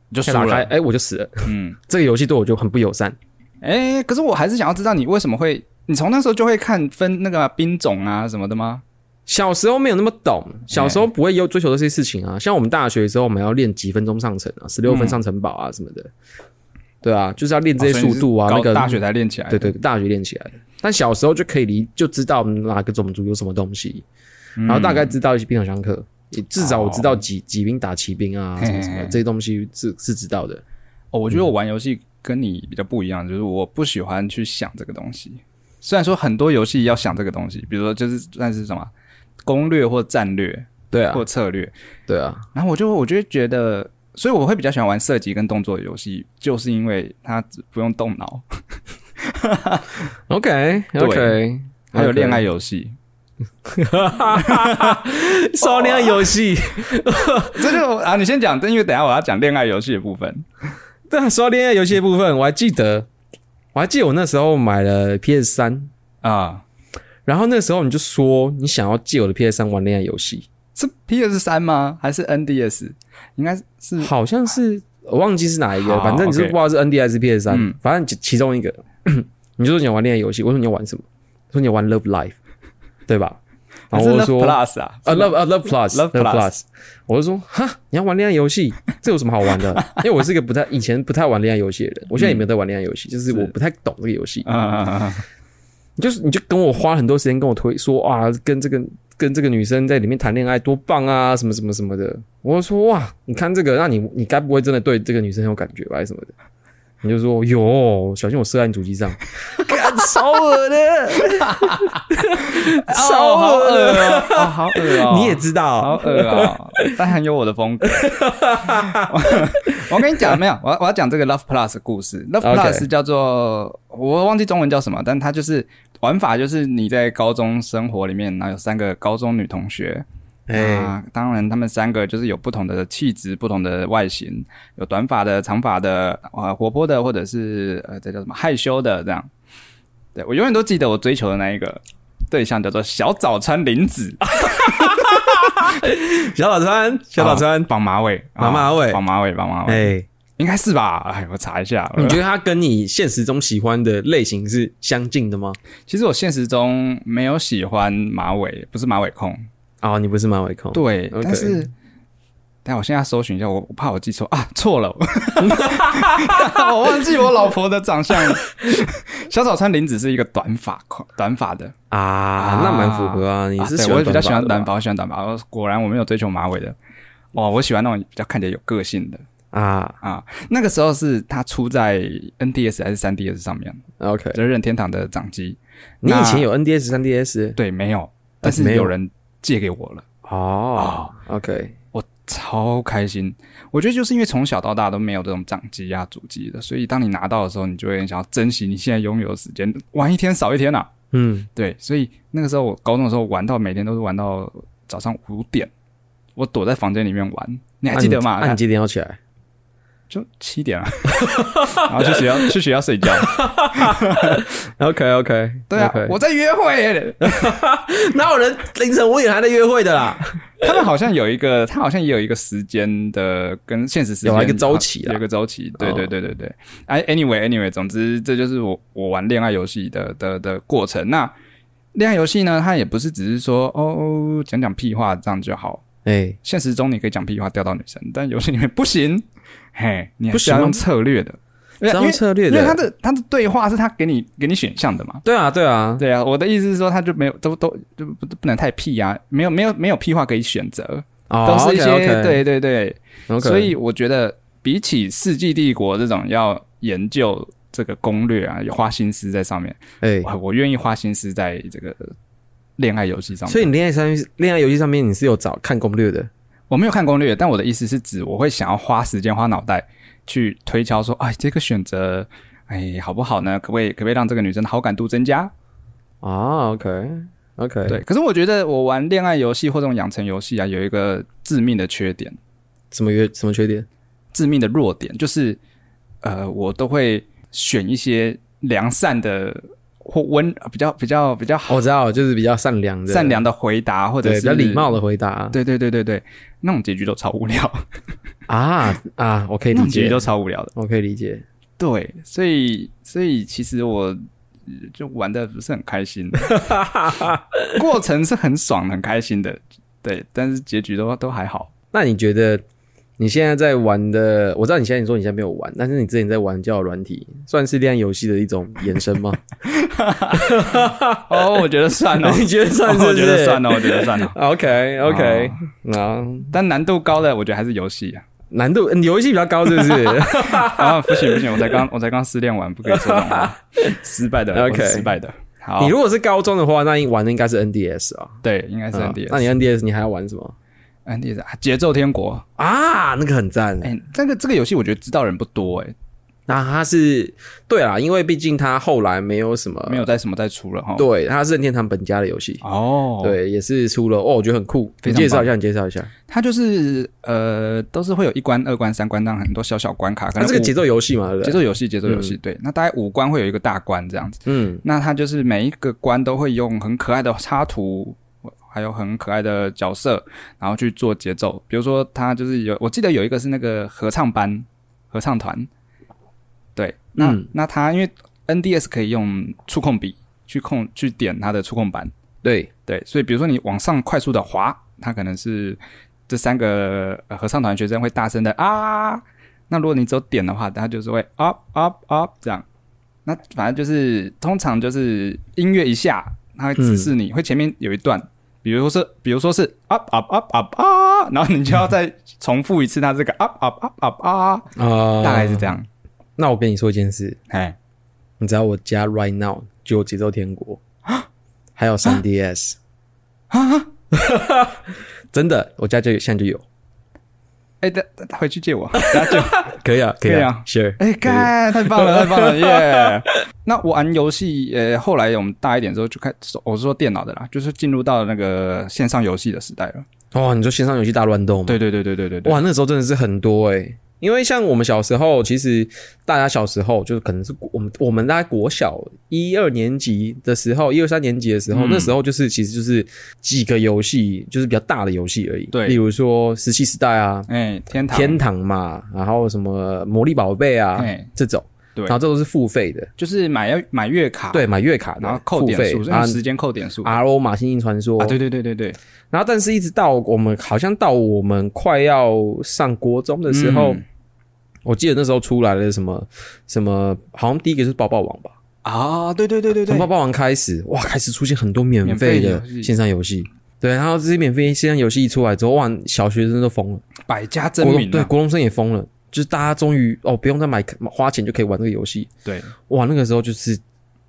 [SPEAKER 1] 你就
[SPEAKER 2] 再
[SPEAKER 1] 输
[SPEAKER 2] 打开，
[SPEAKER 1] 了。
[SPEAKER 2] 哎、我就死了。
[SPEAKER 1] 嗯，
[SPEAKER 2] [laughs] 这个游戏对我就很不友善。
[SPEAKER 1] 哎，可是我还是想要知道你为什么会，你从那时候就会看分那个兵种啊什么的吗？
[SPEAKER 2] 小时候没有那么懂，小
[SPEAKER 1] 哎
[SPEAKER 2] 时候不会有追求这些事情啊。像我们大学的时候，我们要练几分钟上层啊，十六分上层堡啊什么的，对啊，就是要练这些速度啊，
[SPEAKER 1] 嗯哦所以你
[SPEAKER 2] 那
[SPEAKER 1] 是
[SPEAKER 2] 个
[SPEAKER 1] 搞大学才练起来的，
[SPEAKER 2] 对对，大学练起来的。但小时候就可以理就知道哪个种族有什么东西，
[SPEAKER 1] 嗯
[SPEAKER 2] 然后大概知道一些兵种相克，也至少我知道几几兵打骑兵啊，什么什
[SPEAKER 1] 哦嘿
[SPEAKER 2] 么
[SPEAKER 1] 嘿嘿
[SPEAKER 2] 这些东西是是知道的。
[SPEAKER 1] 哦，我觉得我玩游戏跟你比较不一样，就是我不喜欢去想这个东西。虽然说很多游戏要想这个东西，比如说就是算是什么攻略或战略
[SPEAKER 2] 对啊
[SPEAKER 1] 或，策略，
[SPEAKER 2] 对啊，
[SPEAKER 1] 然后我就我就会觉得，所以我会比较喜欢玩射击跟动作游戏，就是因为它不用动脑，
[SPEAKER 2] OK
[SPEAKER 1] 对
[SPEAKER 2] OK，
[SPEAKER 1] 还有恋爱游戏， [laughs]
[SPEAKER 2] [laughs] 少恋爱游戏，
[SPEAKER 1] 这就啊，你先讲，因为等一下我要讲恋爱游戏的部分。
[SPEAKER 2] 对，啊说到恋爱游戏的部分，我还记得，我还记得我那时候买了 PS 三，
[SPEAKER 1] 啊，
[SPEAKER 2] 然后那时候你就说你想要借我的 PS 三玩恋爱游戏，
[SPEAKER 1] 是 PS 三吗？还是 NDS？应该是
[SPEAKER 2] 好像是我忘记是哪一个，
[SPEAKER 1] 好
[SPEAKER 2] 反正你是不
[SPEAKER 1] OK
[SPEAKER 2] 知道是 ND 还是 PS 三、
[SPEAKER 1] 嗯
[SPEAKER 2] 反正其其中一个， [clears throat] 你就说你想玩恋爱游戏，我说你要玩什么？你说你要玩 Love Life，对吧？然
[SPEAKER 1] 还
[SPEAKER 2] 后
[SPEAKER 1] 是
[SPEAKER 2] 我
[SPEAKER 1] Love
[SPEAKER 2] 就说
[SPEAKER 1] Plus 啊
[SPEAKER 2] 啊，Love 啊，Love
[SPEAKER 1] Love
[SPEAKER 2] Plus，Love
[SPEAKER 1] Plus
[SPEAKER 2] Plus，我就说哈，你要玩恋爱游戏，这有什么好玩的？ [laughs] 因为我是一个不太以前不太玩恋爱游戏的人，我现在也没有在玩恋爱游戏，就是我不太懂这个游戏。
[SPEAKER 1] 啊啊啊啊！
[SPEAKER 2] 你就是你就跟我花很多时间跟我推说啊，跟这个跟这个女生在里面谈恋爱多棒啊，什么什么什么的。我就说哇，你看这个，那你你该不会真的对这个女生很有感觉吧，还是什么的？你就说有，小心我射在你主机上，干超恶
[SPEAKER 1] [laughs]
[SPEAKER 2] [laughs] 的，超
[SPEAKER 1] 哦哦，好
[SPEAKER 2] 恶的，
[SPEAKER 1] 恶哦，哦好恶哦！
[SPEAKER 2] [laughs] 你也知
[SPEAKER 1] 好
[SPEAKER 2] 道，
[SPEAKER 1] 恶
[SPEAKER 2] [laughs]
[SPEAKER 1] 哦，但很有我的风格。我我跟你讲，没有，我要我要讲这个 Love Plus 的故事。Love
[SPEAKER 2] OK
[SPEAKER 1] Plus 叫做我忘记中文叫什么，但它就是玩法，就是你在高中生活里面，然后有三个高中女同学，
[SPEAKER 2] 哎，
[SPEAKER 1] 啊，当然，他们三个就是有不同的气质、不同的外形，有短发的、长发的，啊，活泼的，或者是呃，这叫什么害羞的这样。对我永远都记得我追求的那一个对象叫做小早川林子，
[SPEAKER 2] 小早川，小早川
[SPEAKER 1] 啊，绑马尾，啊
[SPEAKER 2] 绑马尾
[SPEAKER 1] 绑马尾，绑马尾，
[SPEAKER 2] 哎，
[SPEAKER 1] 应该是吧？哎，我查一下。
[SPEAKER 2] 你觉得他跟你现实中喜欢的类型是相近的吗？
[SPEAKER 1] 其实我现实中没有喜欢马尾，不是马尾控，
[SPEAKER 2] 啊，你不是马尾控，
[SPEAKER 1] 对
[SPEAKER 2] OK
[SPEAKER 1] 但是。但我现在搜寻一下，我我怕我记错啊，错
[SPEAKER 2] [laughs]
[SPEAKER 1] 了，我忘记我老婆的长相了。小早川林子是一个短发款，短发的，
[SPEAKER 2] 啊，那蛮符合啊，你是
[SPEAKER 1] 啊对
[SPEAKER 2] 喜欢
[SPEAKER 1] 我比较喜欢
[SPEAKER 2] 短
[SPEAKER 1] 短
[SPEAKER 2] 发
[SPEAKER 1] 发，我喜欢短发。我果然我没有追求马尾的，哦，我喜欢那种比较看起来有个性的
[SPEAKER 2] 的吧啊
[SPEAKER 1] 啊。那个时候是它出在 NDS 还是 3DS 上面，
[SPEAKER 2] ，OK，
[SPEAKER 1] 就是任天堂的掌机。
[SPEAKER 2] 你以前
[SPEAKER 1] 有
[SPEAKER 2] 有 NDS 三 DS
[SPEAKER 1] 对呃没有？但是
[SPEAKER 2] 没有
[SPEAKER 1] 有人借给我了。
[SPEAKER 2] 哦，OK，
[SPEAKER 1] 我超开心。我觉得就是因为从小到大都没有这种掌机啊、主机的，所以当你拿到的时候，你就会很想要珍惜你现在拥有的时间，玩一天少一天啊。
[SPEAKER 2] 嗯，
[SPEAKER 1] 对，所以那个时候我高中的时候玩到每天都是玩到早上五点，我躲在房间里面玩。你还记得吗？
[SPEAKER 2] 那你几点要起来？
[SPEAKER 1] 就七点啊， [laughs] 然后去学校去学校睡觉。
[SPEAKER 2] OK OK，
[SPEAKER 1] [laughs] 对啊，我在约会耶、
[SPEAKER 2] 哪有人凌晨五点还在约会的啦？
[SPEAKER 1] [laughs] 他们好像有一个，他好像也有一个时间的跟现实时间
[SPEAKER 2] 有啊一个周期啦
[SPEAKER 1] 有一个周期。
[SPEAKER 2] 哦
[SPEAKER 1] 对对对对对。哎、a n y w a y anyway，总之这就是我我玩恋爱游戏的的的过程。那恋爱游戏呢，它也不是只是说哦讲讲屁话这样就好。
[SPEAKER 2] 哎，
[SPEAKER 1] 现实中你可以讲屁话钓到女生，但游戏里面不行， [laughs] 嘿，你还
[SPEAKER 2] 不
[SPEAKER 1] 是
[SPEAKER 2] 行吗
[SPEAKER 1] 要用策略的，因为
[SPEAKER 2] 这样策略
[SPEAKER 1] 因为因为他
[SPEAKER 2] 的，
[SPEAKER 1] 的他的对话是他给你给你选项的嘛。
[SPEAKER 2] 对啊对啊，
[SPEAKER 1] 对啊，我的意思是说，他就没有都都就不不能太屁啊，没有没有没有屁话可以选择，
[SPEAKER 2] 哦
[SPEAKER 1] 都是一些、
[SPEAKER 2] OK，OK，
[SPEAKER 1] 对对对
[SPEAKER 2] OK，
[SPEAKER 1] 所以我觉得比起《世纪帝国》这种要研究这个攻略啊，有花心思在上面，
[SPEAKER 2] 哎，
[SPEAKER 1] 我我愿意花心思在这个恋爱游戏上面。
[SPEAKER 2] 所以你恋爱上恋爱游戏上面你是有找看攻略的
[SPEAKER 1] 我没有看攻略，但我的意思是指我会想要花时间、花脑袋去推敲说，哎，这个选择，哎，好不好呢？可不可以可不可以让这个女生的好感度增加？
[SPEAKER 2] 啊？OK OK，
[SPEAKER 1] 对，，可是我觉得我玩恋爱游戏或这种养成游戏啊，有一个致命的缺点，
[SPEAKER 2] 什么约什么缺点？
[SPEAKER 1] 致命的弱点就是，呃，我都会选一些良善的或温比较比较比较好、
[SPEAKER 2] 哦我知道，就是比较善良的，
[SPEAKER 1] 善良的回答，或者
[SPEAKER 2] 对
[SPEAKER 1] 是
[SPEAKER 2] 比较礼貌。的回答。
[SPEAKER 1] 对对对对对，那种结局都超无聊，
[SPEAKER 2] 啊啊，我可以
[SPEAKER 1] 那
[SPEAKER 2] 理
[SPEAKER 1] 种结局
[SPEAKER 2] 解
[SPEAKER 1] 都，超无聊的。
[SPEAKER 2] 我可以理解。
[SPEAKER 1] 对，所以所以其实我就玩的不是很开心，
[SPEAKER 2] [laughs]
[SPEAKER 1] 过程是很爽很开心的，对，但是结局都都还好。
[SPEAKER 2] 那你觉得你现在在玩的，我知道你现在你说你现在没有玩，但是你之前在玩叫软体，算是恋爱游戏的一种延伸吗？
[SPEAKER 1] [laughs] 哦，我觉得算
[SPEAKER 2] [laughs]
[SPEAKER 1] 哦了，哦
[SPEAKER 2] 你哦觉得算是不是
[SPEAKER 1] 我觉得算了，我觉得算了。
[SPEAKER 2] OK OK，啊，
[SPEAKER 1] 但难度高的，我觉得还是游戏啊。
[SPEAKER 2] 难度嗯游戏比较高，是不是？
[SPEAKER 1] 啊，不行不行，我才刚我才刚失恋完，不可以说这种
[SPEAKER 2] [laughs]
[SPEAKER 1] 话。失败的
[SPEAKER 2] OK
[SPEAKER 1] 我是失败的。 [laughs] 好
[SPEAKER 2] 你，如果是高中的话，那你玩的应该是 NDS 啊，
[SPEAKER 1] 对，应该是
[SPEAKER 2] 啊那
[SPEAKER 1] NDS。
[SPEAKER 2] 你 NDS 你还要玩什么
[SPEAKER 1] NDS 啊节奏天国，
[SPEAKER 2] 啊？那个很赞。
[SPEAKER 1] 哎，这个这个游戏我觉得知道人不多，哎，
[SPEAKER 2] 那它是对啦，因为毕竟它后来没有什么，
[SPEAKER 1] 没有在什么再出了哈。
[SPEAKER 2] 呃对，它是任天堂本家的游戏，
[SPEAKER 1] 哦，，
[SPEAKER 2] 对，也是出了哦，我觉得很酷。
[SPEAKER 1] 非
[SPEAKER 2] 你
[SPEAKER 1] 常
[SPEAKER 2] 介绍一下，你介绍一下，
[SPEAKER 1] 它就是呃，都是会有一关、二关、三关，让很多小小关卡。可
[SPEAKER 2] 它
[SPEAKER 1] 能
[SPEAKER 2] 啊是个
[SPEAKER 1] 五
[SPEAKER 2] 节奏游戏嘛，对不
[SPEAKER 1] 节
[SPEAKER 2] 对？
[SPEAKER 1] 奏游戏，节奏游戏，对。那大概五关会有一个大关这样子。
[SPEAKER 2] 嗯，
[SPEAKER 1] 那它就是每一个关都会用很可爱的插图，还有很可爱的角色，然后去做节奏。比如说，它就是有，我记得有一个是那个合唱班、合唱团，对。那、
[SPEAKER 2] 嗯
[SPEAKER 1] 那它因为 NDS 可以用触控笔去控去点它的触控板，
[SPEAKER 2] 对，
[SPEAKER 1] 对。所以比如说你往上快速的滑，它可能是这三个呃合唱团学生会大声的啊。那如果你只有点的话，它就是会 up up up 这样。那反正就是通常就是音乐一下，它会指示你、会前面有一段，比如说是比如说是 up up up up 啊，然后你就要再重复一次它这个 up up up up 啊，
[SPEAKER 2] 啊
[SPEAKER 1] 大概是这样。
[SPEAKER 2] 那我跟你说一件事，
[SPEAKER 1] 哎，
[SPEAKER 2] 你知道我家 right now 就有节奏天国，还有 3DS
[SPEAKER 1] 啊
[SPEAKER 2] 啊， [laughs] 真的，我家就有，现在就有，
[SPEAKER 1] 哎，等等回去借我，等下借我
[SPEAKER 2] 可以啊，可
[SPEAKER 1] 以啊
[SPEAKER 2] 以啊，sure，
[SPEAKER 1] [laughs] 哎，
[SPEAKER 2] 可以
[SPEAKER 1] 干，太棒
[SPEAKER 2] [laughs]
[SPEAKER 1] 了，太棒了，耶！那玩游戏，呃，后来我们大一点之后就开，我是说电脑的啦，就是进入到那个线上游戏的时代了。
[SPEAKER 2] 哦，你说线上游戏大乱斗吗？
[SPEAKER 1] 对对对对对对对，
[SPEAKER 2] 哇，那时候真的是很多诶、因为像我们小时候，其实大家小时候就是可能是国我们我们大概国小一二年级的时候，一二三年级的时候，
[SPEAKER 1] 嗯
[SPEAKER 2] 那时候就是其实就是几个游戏，就是比较大的游戏而已。
[SPEAKER 1] 对
[SPEAKER 2] 例如说《石器时代》啊，
[SPEAKER 1] 哎，天堂，
[SPEAKER 2] 天堂嘛，然后什么魔力宝贝啊
[SPEAKER 1] 哎
[SPEAKER 2] 这种，
[SPEAKER 1] 对
[SPEAKER 2] 然后这都是付费的，
[SPEAKER 1] 就是买买月卡，
[SPEAKER 2] 对，，买月卡的，
[SPEAKER 1] 然后扣点数，
[SPEAKER 2] 付费
[SPEAKER 1] 用
[SPEAKER 2] 啊
[SPEAKER 1] 时间扣点数啊，啊
[SPEAKER 2] ，RO 嘛，星际传说，
[SPEAKER 1] 对对对对对，
[SPEAKER 2] 然后但是一直到我们好像到我们快要上国中的时候，
[SPEAKER 1] 嗯
[SPEAKER 2] 我记得那时候出来了什么什么，好像第一个就是抱抱王吧，
[SPEAKER 1] 啊，对对对对
[SPEAKER 2] 从抱
[SPEAKER 1] 对，
[SPEAKER 2] 抱王开始，哇，开始出现很多免费
[SPEAKER 1] 免
[SPEAKER 2] 的
[SPEAKER 1] 费游戏
[SPEAKER 2] 线上游戏。对，然后这些免费线上游戏一出来之后，哇，小学生都疯了，
[SPEAKER 1] 百家争
[SPEAKER 2] 国
[SPEAKER 1] 鸣
[SPEAKER 2] 中
[SPEAKER 1] 啊，
[SPEAKER 2] 对国中生也疯了，就是大家终于哦不用再买花钱就可以玩这个游戏，
[SPEAKER 1] 对，
[SPEAKER 2] 哇，那个时候就是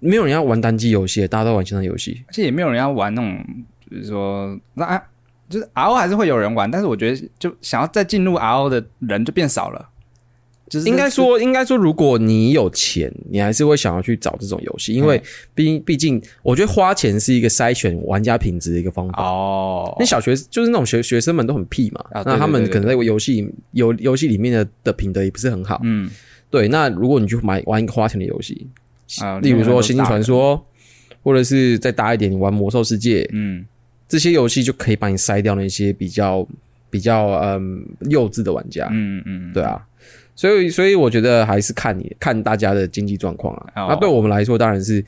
[SPEAKER 2] 没有人要玩单机游戏，大家都玩线上游戏。
[SPEAKER 1] 而且也没有人要玩那种，就是说那啊，就是 RO 还是会有人玩，但是我觉得就想要再进入 RO 的人就变少了，就是
[SPEAKER 2] 应该说，应该说，如果你有钱，你还是会想要去找这种游戏，因
[SPEAKER 1] 嗯
[SPEAKER 2] 为毕竟毕竟，我觉得花钱是一个筛选玩家品质的一个方法。
[SPEAKER 1] 哦
[SPEAKER 2] 那，小学就是那种学学生们都很屁嘛，
[SPEAKER 1] 啊对
[SPEAKER 2] 那他们
[SPEAKER 1] 对对
[SPEAKER 2] 可能在游戏游游戏里面的的品德也不是很好。
[SPEAKER 1] 嗯，
[SPEAKER 2] 对，那如果你去买玩一个花钱的游戏，
[SPEAKER 1] 啊
[SPEAKER 2] 例如说《星际传，
[SPEAKER 1] 里面很多大人
[SPEAKER 2] 说》，或者是再大一点你玩《魔兽世界》
[SPEAKER 1] 嗯，
[SPEAKER 2] 这些游戏，就可以把你筛掉那些比较比较嗯幼稚的玩家。
[SPEAKER 1] 嗯嗯，
[SPEAKER 2] 对啊，所以所以我觉得还是看你看大家的经济状况啊。
[SPEAKER 1] 哦
[SPEAKER 2] 那对我们来说，当然是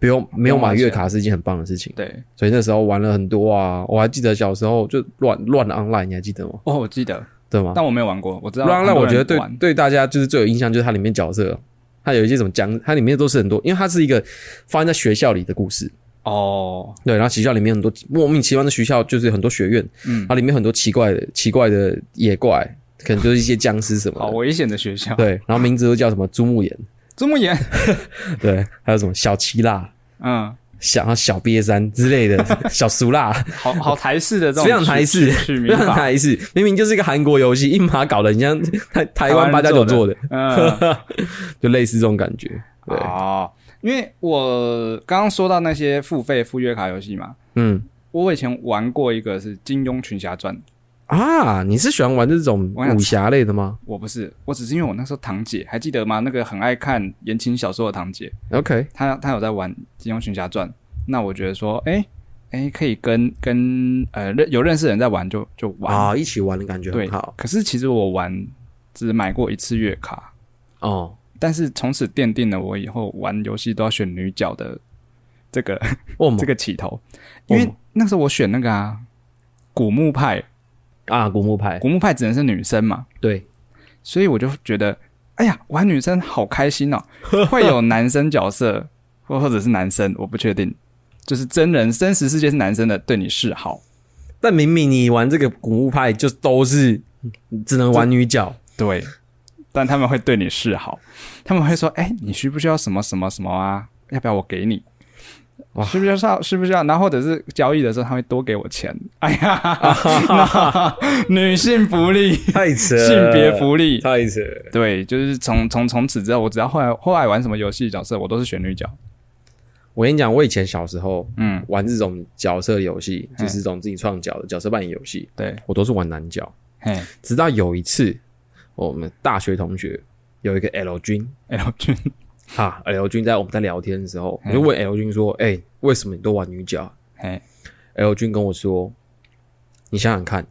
[SPEAKER 2] 不用没有买月卡是一件很棒的事情。
[SPEAKER 1] 对，
[SPEAKER 2] 所以那时候玩了很多啊，我还记得小时候就乱乱 online，你还记得吗？
[SPEAKER 1] 哦，我记得，
[SPEAKER 2] 对吗？
[SPEAKER 1] 但我没有玩过，我知道
[SPEAKER 2] 乱 online
[SPEAKER 1] 啊很多
[SPEAKER 2] 我
[SPEAKER 1] 人
[SPEAKER 2] 觉得对
[SPEAKER 1] 玩
[SPEAKER 2] 对大家就是最有印象就是它里面角色，它有一些什么讲，它里面都是很多，因为它是一个发生在学校里的故事。
[SPEAKER 1] 哦，
[SPEAKER 2] 对，然后学校里面很多莫名其妙的学校，就是很多学院，
[SPEAKER 1] 嗯
[SPEAKER 2] 它，里面很多奇怪的奇怪的野怪，可能就是一些僵尸什么
[SPEAKER 1] 好
[SPEAKER 2] 的。
[SPEAKER 1] 危险的学校，
[SPEAKER 2] 对，然后名字都叫什么朱木炎，
[SPEAKER 1] 这么 [laughs] 严，
[SPEAKER 2] 对，还有什么小七辣、
[SPEAKER 1] 嗯，
[SPEAKER 2] 小小瘪三之类 [laughs] 的，小俗辣，
[SPEAKER 1] 好好台式的这种
[SPEAKER 2] 非常台式
[SPEAKER 1] 取
[SPEAKER 2] 非
[SPEAKER 1] 名
[SPEAKER 2] 常
[SPEAKER 1] 法，
[SPEAKER 2] 台式，明明就是一个韩国游戏，硬把它搞得很像台台湾八加九做的，
[SPEAKER 1] 嗯，
[SPEAKER 2] 就类似这种感觉。对，
[SPEAKER 1] 哦，因为我刚刚说到那些付费付月卡游戏嘛，
[SPEAKER 2] 嗯
[SPEAKER 1] 我以前玩过一个是《金庸群侠传》，
[SPEAKER 2] 啊，你是喜欢玩这种
[SPEAKER 1] 我想
[SPEAKER 2] 武侠类的吗
[SPEAKER 1] 我不是，我只是因为我那时候堂姐还记得吗？那个很爱看言情小说的堂姐，
[SPEAKER 2] ？OK，
[SPEAKER 1] 她她有在玩《金庸群侠传》，那我觉得说，哎、哎、可以跟跟呃认有认识的人在玩就就玩，
[SPEAKER 2] 啊，一起玩的感觉
[SPEAKER 1] 对
[SPEAKER 2] 很好，
[SPEAKER 1] 可是其实我玩只买过一次月卡，
[SPEAKER 2] 哦。
[SPEAKER 1] 但是从此奠定了我以后玩游戏都要选女角的这个
[SPEAKER 2] 我们
[SPEAKER 1] 这个起头，因为
[SPEAKER 2] 哦
[SPEAKER 1] 那时候我选那个啊，古墓派，
[SPEAKER 2] 啊，古墓派，
[SPEAKER 1] 古墓派只能是女生嘛，
[SPEAKER 2] 对，
[SPEAKER 1] 所以我就觉得，哎呀，玩女生好开心哦，会有男生角色，或或者是男生，我不确定，就是真人真实世界是男生的对你示好，
[SPEAKER 2] 但明明你玩这个古墓派就都是只能玩女角，
[SPEAKER 1] 对，但他们会对你示好，他们会说，哎，你需不需要什么什么什么啊？要不要我给你？
[SPEAKER 2] 哇
[SPEAKER 1] 需不需要？需不需要？然后或者是交易的时候，他会多给我钱。哎呀，那 [laughs] 女性福利、
[SPEAKER 2] 太扯
[SPEAKER 1] 性别福利，
[SPEAKER 2] 太扯。
[SPEAKER 1] 对，就是从从从此之后，我只要后来后来玩什么游戏角色，我都是选女角。
[SPEAKER 2] 我跟你讲，我以前小时候
[SPEAKER 1] 嗯，
[SPEAKER 2] 玩这种角色游戏，
[SPEAKER 1] 嗯
[SPEAKER 2] 就是这种自己创角的角色扮演游戏，
[SPEAKER 1] 对，
[SPEAKER 2] 我都是玩男角。
[SPEAKER 1] 嘿
[SPEAKER 2] 直到有一次，我们大学同学有一个 L 君
[SPEAKER 1] ，L 君，
[SPEAKER 2] 啊，L 君在我们在聊天的时候，我
[SPEAKER 1] 嗯
[SPEAKER 2] 就问 L 君说：“哎、为什么你都玩女角
[SPEAKER 1] 嘿，
[SPEAKER 2] ？”L 君跟我说：“你想想看，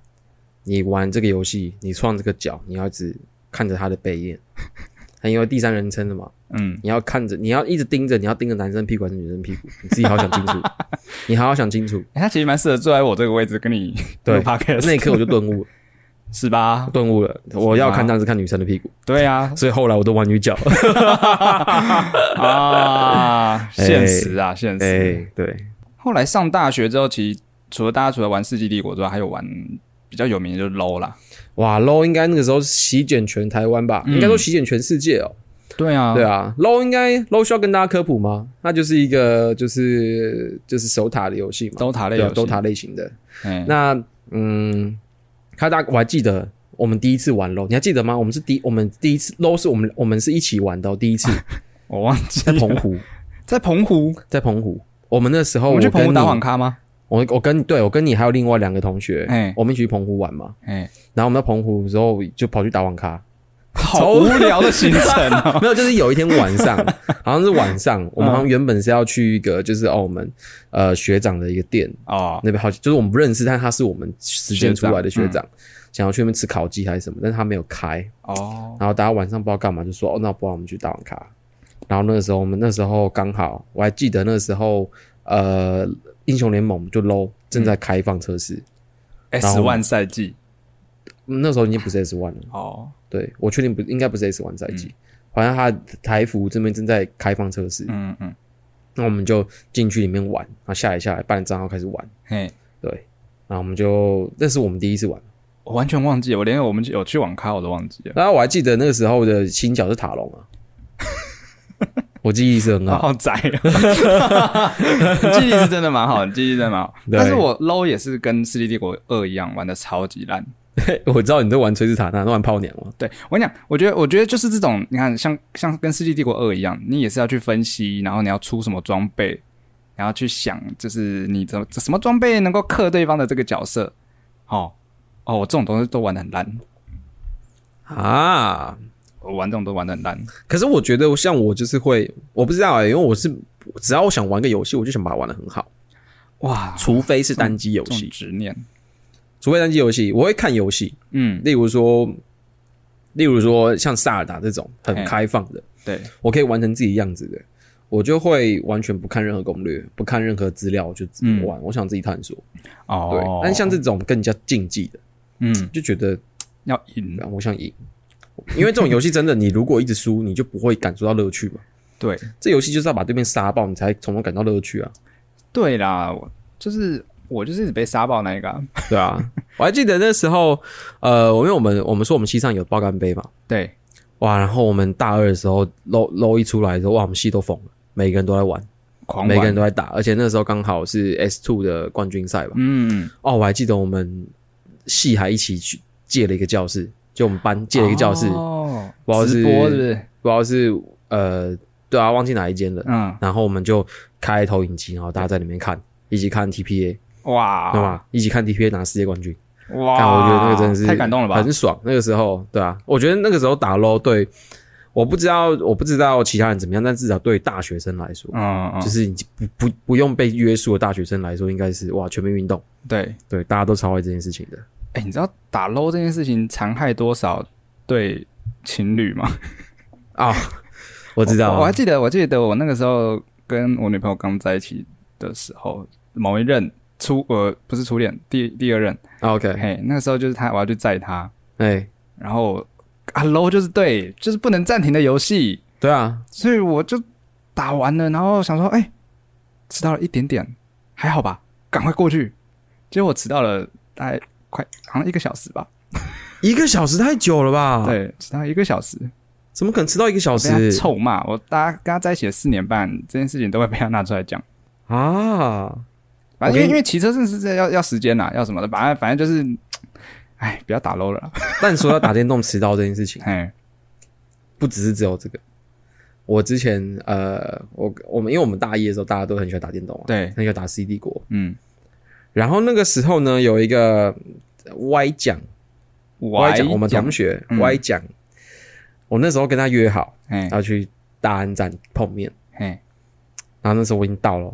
[SPEAKER 2] 你玩这个游戏，你创这个角，你要一直看着他的背影， [laughs] 他因为第三人称的嘛，
[SPEAKER 1] 嗯，
[SPEAKER 2] 你要看着，你要一直盯着，你要盯着男生屁股还是女生屁股，你自己好好想清 [laughs] 楚，你好好想清楚。”
[SPEAKER 1] 欸他其实蛮适合坐在我这个位置跟你
[SPEAKER 2] 对
[SPEAKER 1] 录 podcast，
[SPEAKER 2] 那一刻我就顿悟了，
[SPEAKER 1] 是吧？
[SPEAKER 2] 顿悟了，我要看但是看女生的屁股，
[SPEAKER 1] 对啊，
[SPEAKER 2] [laughs] 所以后来我都玩女角。
[SPEAKER 1] 啊，现实啊，现
[SPEAKER 2] [laughs] 哎、
[SPEAKER 1] 实。
[SPEAKER 2] 对，
[SPEAKER 1] 后来上大学之后，其实除了大家除了玩《世纪帝国》之外，还有玩比较有名的就是 LO 啦。
[SPEAKER 2] 哇，low 应该那个时候席卷全台湾吧，
[SPEAKER 1] 嗯
[SPEAKER 2] 应该说席卷全世界哦。
[SPEAKER 1] 对啊，
[SPEAKER 2] 对，啊，low 应该 low 需要跟大家科普吗？那就是一个就是就是守塔的游戏嘛，
[SPEAKER 1] DOTA 类
[SPEAKER 2] 对啊
[SPEAKER 1] 游戏
[SPEAKER 2] ，DOTA 类型的。
[SPEAKER 1] 嘿
[SPEAKER 2] 那嗯，他大我还记得。我们第一次玩 low，你还记得吗？我们是第我们第一次 low 是我们我们是一起玩的、哦，第
[SPEAKER 1] [laughs]
[SPEAKER 2] 一次
[SPEAKER 1] 我忘记
[SPEAKER 2] 在澎湖，
[SPEAKER 1] 在澎湖，
[SPEAKER 2] [laughs] 在澎湖。我们那时
[SPEAKER 1] 哦
[SPEAKER 2] 候
[SPEAKER 1] 我们去
[SPEAKER 2] 跟
[SPEAKER 1] 澎湖打
[SPEAKER 2] 你
[SPEAKER 1] 网咖吗？
[SPEAKER 2] 我我跟对我跟你还有另外两个同学，
[SPEAKER 1] 哎
[SPEAKER 2] 我们一起去澎湖玩嘛。
[SPEAKER 1] 哎，
[SPEAKER 2] 然后我们在澎湖的时候就跑去打网咖，
[SPEAKER 1] 好无聊的行程
[SPEAKER 2] [laughs]
[SPEAKER 1] 哦。嗯
[SPEAKER 2] 没有，就是有一天晚
[SPEAKER 1] [laughs]
[SPEAKER 2] 上，好像是晚上，我们好像原本是要去一个就是哦我们呃学长的一个店，
[SPEAKER 1] 哦，
[SPEAKER 2] 那边好就是我们不认识，但他是我们实践出来的学长，
[SPEAKER 1] 学长
[SPEAKER 2] 想要去那边吃烤鸡还是什么，但是他没有开，
[SPEAKER 1] 哦，
[SPEAKER 2] 然后大家晚上不知道干嘛，就说哦，那不然我们去打网咖。然后那个时候，我们那时候刚好，我还记得那时候，呃，英雄联盟就 low 正在开放测试，然
[SPEAKER 1] S
[SPEAKER 2] 后
[SPEAKER 1] One 赛季
[SPEAKER 2] 嗯那时候已经不是 S One 了，
[SPEAKER 1] 哦，
[SPEAKER 2] 对我确定不应该不是 S One 赛季，好像它台服这边正在开放测试，
[SPEAKER 1] 嗯嗯，
[SPEAKER 2] 那我们就进去里面玩，然后下来下来办了账号开始玩，
[SPEAKER 1] 嘿，
[SPEAKER 2] 对，然后我们就那是我们第一次玩，
[SPEAKER 1] 我完全忘记了，我连我们有去网咖我都忘记了，
[SPEAKER 2] 然后我还记得那个时候的新角是塔隆啊，
[SPEAKER 1] [laughs]
[SPEAKER 2] 我记忆是很
[SPEAKER 1] 好
[SPEAKER 2] 好，
[SPEAKER 1] 好宅哦， [laughs] 记忆力是真的蛮好的，记忆力真的蛮好。
[SPEAKER 2] 对
[SPEAKER 1] 但是我 low 也是跟《世纪帝国二》一样玩的超级烂。
[SPEAKER 2] 我知道你在玩崔斯塔纳，在玩泡娘嘛，
[SPEAKER 1] 对我跟你讲，我觉得我觉得就是这种，你看像像跟《世纪帝国二》一样，你也是要去分析，然后你要出什么装备，然后去想就是你怎么什么装备能够克对方的这个角色。哦哦，我这种东西都玩的很烂，
[SPEAKER 2] 啊，
[SPEAKER 1] 我玩这种都玩的很烂。
[SPEAKER 2] 可是我觉得像我就是会，我不知道哎、因为我是只要我想玩个游戏，我就想把它玩的很好，
[SPEAKER 1] 哇，
[SPEAKER 2] 除非是单机游
[SPEAKER 1] 这种
[SPEAKER 2] 戏，
[SPEAKER 1] 执念，
[SPEAKER 2] 除非单机游戏，我会看游戏，
[SPEAKER 1] 嗯，
[SPEAKER 2] 例如说，例如说像萨尔达这种很开放的，
[SPEAKER 1] 对，
[SPEAKER 2] 我可以完成自己样子的，我就会完全不看任何攻略，不看任何资料，我就自己玩，我想自己探索。
[SPEAKER 1] 嗯哦，
[SPEAKER 2] 对，但像这种更加竞技的，
[SPEAKER 1] 嗯，
[SPEAKER 2] 就觉得
[SPEAKER 1] 要赢，
[SPEAKER 2] 啊我想赢，因为这种游戏真的，你如果一直输，你就不会感受到乐趣嘛。
[SPEAKER 1] 对，
[SPEAKER 2] 这游戏就是要把对面杀爆，你才从中感到乐趣啊，
[SPEAKER 1] 对啦，我就是我就是一直被杀爆那一个啊，
[SPEAKER 2] 对啊。 [laughs] 我还记得那时候，呃，因为我们我们说我们系上有爆肝杯嘛，
[SPEAKER 1] 对，
[SPEAKER 2] 哇，然后我们大二的时候，low low 一出来的时候，哇，我们系都疯了，每个人都在玩，
[SPEAKER 1] 狂
[SPEAKER 2] 每个人
[SPEAKER 1] 玩，
[SPEAKER 2] 都在打，而且那时候刚好是 S two 的冠军赛吧。
[SPEAKER 1] 嗯，
[SPEAKER 2] 哦，我还记得我们系还一起去借了一个教室，就我们班借了一个教室，
[SPEAKER 1] 哦
[SPEAKER 2] 不知道是
[SPEAKER 1] 直播是不是？
[SPEAKER 2] 不知道是呃，对啊，忘记哪一间了。
[SPEAKER 1] 嗯，
[SPEAKER 2] 然后我们就开投影机，然后大家在里面看，一起看 TPA，
[SPEAKER 1] 哇，
[SPEAKER 2] 对吧？一起看 TPA 拿世界冠军。
[SPEAKER 1] 啊哇，
[SPEAKER 2] 但我觉得那个真的是
[SPEAKER 1] 太感动了吧？
[SPEAKER 2] 很爽。那个时候，对啊，我觉得那个时候打 low 对，我不知道我不知道其他人怎么样，但至少对大学生来说，
[SPEAKER 1] 嗯嗯，
[SPEAKER 2] 就是你不不不用被约束的大学生来说，应该是哇全民运动，
[SPEAKER 1] 对，
[SPEAKER 2] 对，大家都超爱这件事情的。
[SPEAKER 1] 哎，你知道打 low 这件事情残害多少对情侣吗？ [laughs]
[SPEAKER 2] 啊、我知道
[SPEAKER 1] 我还
[SPEAKER 2] 啊，
[SPEAKER 1] 记得，我记得我那个时候跟我女朋友刚在一起的时候，某一任初呃不是初恋，第第二任，
[SPEAKER 2] 啊 OK，
[SPEAKER 1] 嘿，那个时候就是他，我要去载他，
[SPEAKER 2] 哎，
[SPEAKER 1] 然后啊 low 就是对，就是不能暂停的游戏，
[SPEAKER 2] 对啊，
[SPEAKER 1] 所以我就打完了，然后想说，哎、迟到了一点点，还好吧，赶快过去。结果我迟到了大概快好像一个小时吧，
[SPEAKER 2] 一个小时太久了吧？，
[SPEAKER 1] 对，迟到一个小时，
[SPEAKER 2] 怎么可能迟到一个小
[SPEAKER 1] 被他
[SPEAKER 2] 时
[SPEAKER 1] 臭骂。我大家跟他在一起了四年半，这件事情都会被他拿出来讲。
[SPEAKER 2] 啊？
[SPEAKER 1] 反正因
[SPEAKER 2] 我跟
[SPEAKER 1] 为
[SPEAKER 2] 你
[SPEAKER 1] 因为骑车真的是这要要时间呐、啊要什么的，反正反正就是，哎，不要打 low 了啦，
[SPEAKER 2] 但说到打电动迟到这件事情，
[SPEAKER 1] 哎，
[SPEAKER 2] 不只是只有这个。我之前呃，我我们因为我们大一的时候，大家都很喜欢打电动啊，
[SPEAKER 1] 对
[SPEAKER 2] 很喜欢打 CD 国。
[SPEAKER 1] 嗯，
[SPEAKER 2] 然后那个时候呢，有一个歪讲
[SPEAKER 1] 我
[SPEAKER 2] 歪讲，我们同，学
[SPEAKER 1] 嗯
[SPEAKER 2] 歪讲，我那时候跟他约好
[SPEAKER 1] 哎
[SPEAKER 2] 要去大安站碰面，
[SPEAKER 1] 哎，
[SPEAKER 2] 然后那时候我已经到了，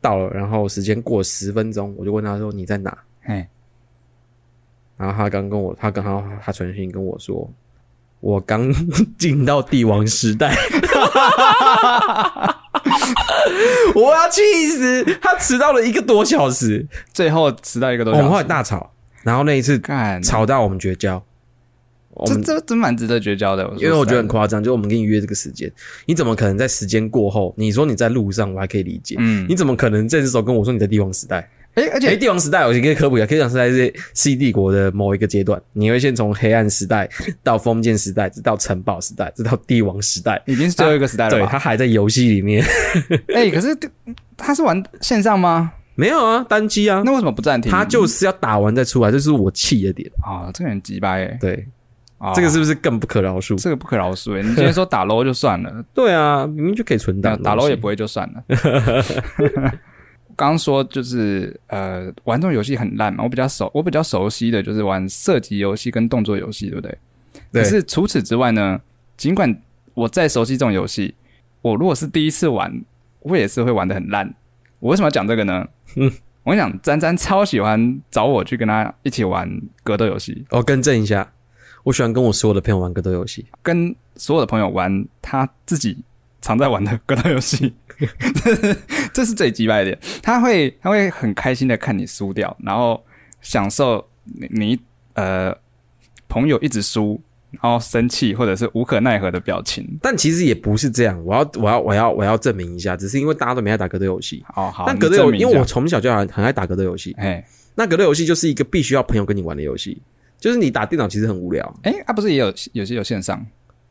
[SPEAKER 2] 到了，然后时间过十分钟，我就问他说你在哪？
[SPEAKER 1] 哎，
[SPEAKER 2] 然后他刚跟我，他刚好他传讯跟我说，我刚 [laughs] 进到帝王时代， [laughs] 我要气死！他迟到了一个多小时，
[SPEAKER 1] 最后迟到一个多
[SPEAKER 2] 哦我们后
[SPEAKER 1] 小
[SPEAKER 2] 来
[SPEAKER 1] 时，
[SPEAKER 2] 大吵，然后那一次
[SPEAKER 1] 干，
[SPEAKER 2] 吵到我们绝交。我
[SPEAKER 1] 这
[SPEAKER 2] 们
[SPEAKER 1] 这真蛮值得绝交的，说
[SPEAKER 2] 因为我觉得很
[SPEAKER 1] 实在的，
[SPEAKER 2] 夸张，就我们跟你约这个时间，你怎么可能在时间过后，你说你在路上，我还可以理解。
[SPEAKER 1] 嗯，
[SPEAKER 2] 你怎么可能这只手跟我说你在帝王时代？
[SPEAKER 1] 哎，而
[SPEAKER 2] 哎、
[SPEAKER 1] 且
[SPEAKER 2] 帝王时代，我先跟你科普一下，帝王时代是西帝国的某一个阶段，你会先从黑暗时
[SPEAKER 1] [laughs]
[SPEAKER 2] 代到封建时代，直到城堡时代，直到帝王时代。
[SPEAKER 1] 已经是最后一个时代了
[SPEAKER 2] 对，
[SPEAKER 1] 吧？
[SPEAKER 2] 他还在游戏里面。 [laughs]
[SPEAKER 1] 哎，可是他是玩线上吗？
[SPEAKER 2] 没有啊，单机啊，
[SPEAKER 1] 那为嗯什么不暂停？
[SPEAKER 2] 他就是要打完再出来，这是我气的点。
[SPEAKER 1] 啊，这个人鸡巴哎，
[SPEAKER 2] 对，
[SPEAKER 1] 啊
[SPEAKER 2] 这个是不是更不可饶恕？
[SPEAKER 1] 这个不可饶恕哎，你今天说打 low 就算了，
[SPEAKER 2] 对啊，明明就可以存档
[SPEAKER 1] 打
[SPEAKER 2] 的东
[SPEAKER 1] 打 low
[SPEAKER 2] 西，
[SPEAKER 1] 也不会就算了。 [laughs] 刚刚说就是呃，玩这种游戏很烂嘛，我比较熟，我比较熟悉的就是玩射击游戏跟动作游戏，对不对？
[SPEAKER 2] 对
[SPEAKER 1] 可是除此之外呢，尽管我再熟悉这种游戏，我如果是第一次玩，我也是会玩的很烂。我为什么要讲这个呢？
[SPEAKER 2] 嗯，
[SPEAKER 1] 我跟你讲，詹詹超喜欢找我去跟他一起玩格斗游戏，
[SPEAKER 2] 我更正一下，我喜欢跟我所有的朋友玩格斗游戏。
[SPEAKER 1] 跟所有的朋友玩他自己常在玩的格斗游戏， [laughs] 这是这是最鸡掰的点。他会他会很开心的看你输掉，然后享受你你呃朋友一直输，然后生气或者是无可奈何的表情。
[SPEAKER 2] 但其实也不是这样，我要我要我要我要证明一下，只是因为大家都没爱打格斗游戏。
[SPEAKER 1] 哦，好，
[SPEAKER 2] 但
[SPEAKER 1] 你
[SPEAKER 2] 格斗
[SPEAKER 1] 证
[SPEAKER 2] 游，
[SPEAKER 1] 明一
[SPEAKER 2] 因为
[SPEAKER 1] 下
[SPEAKER 2] 我从小就很很爱打格斗游戏。
[SPEAKER 1] 哎
[SPEAKER 2] 那格斗游戏就是一个必须要朋友跟你玩的游戏，就是你打电脑其实很无聊。
[SPEAKER 1] 哎，啊，不是也有有些有线上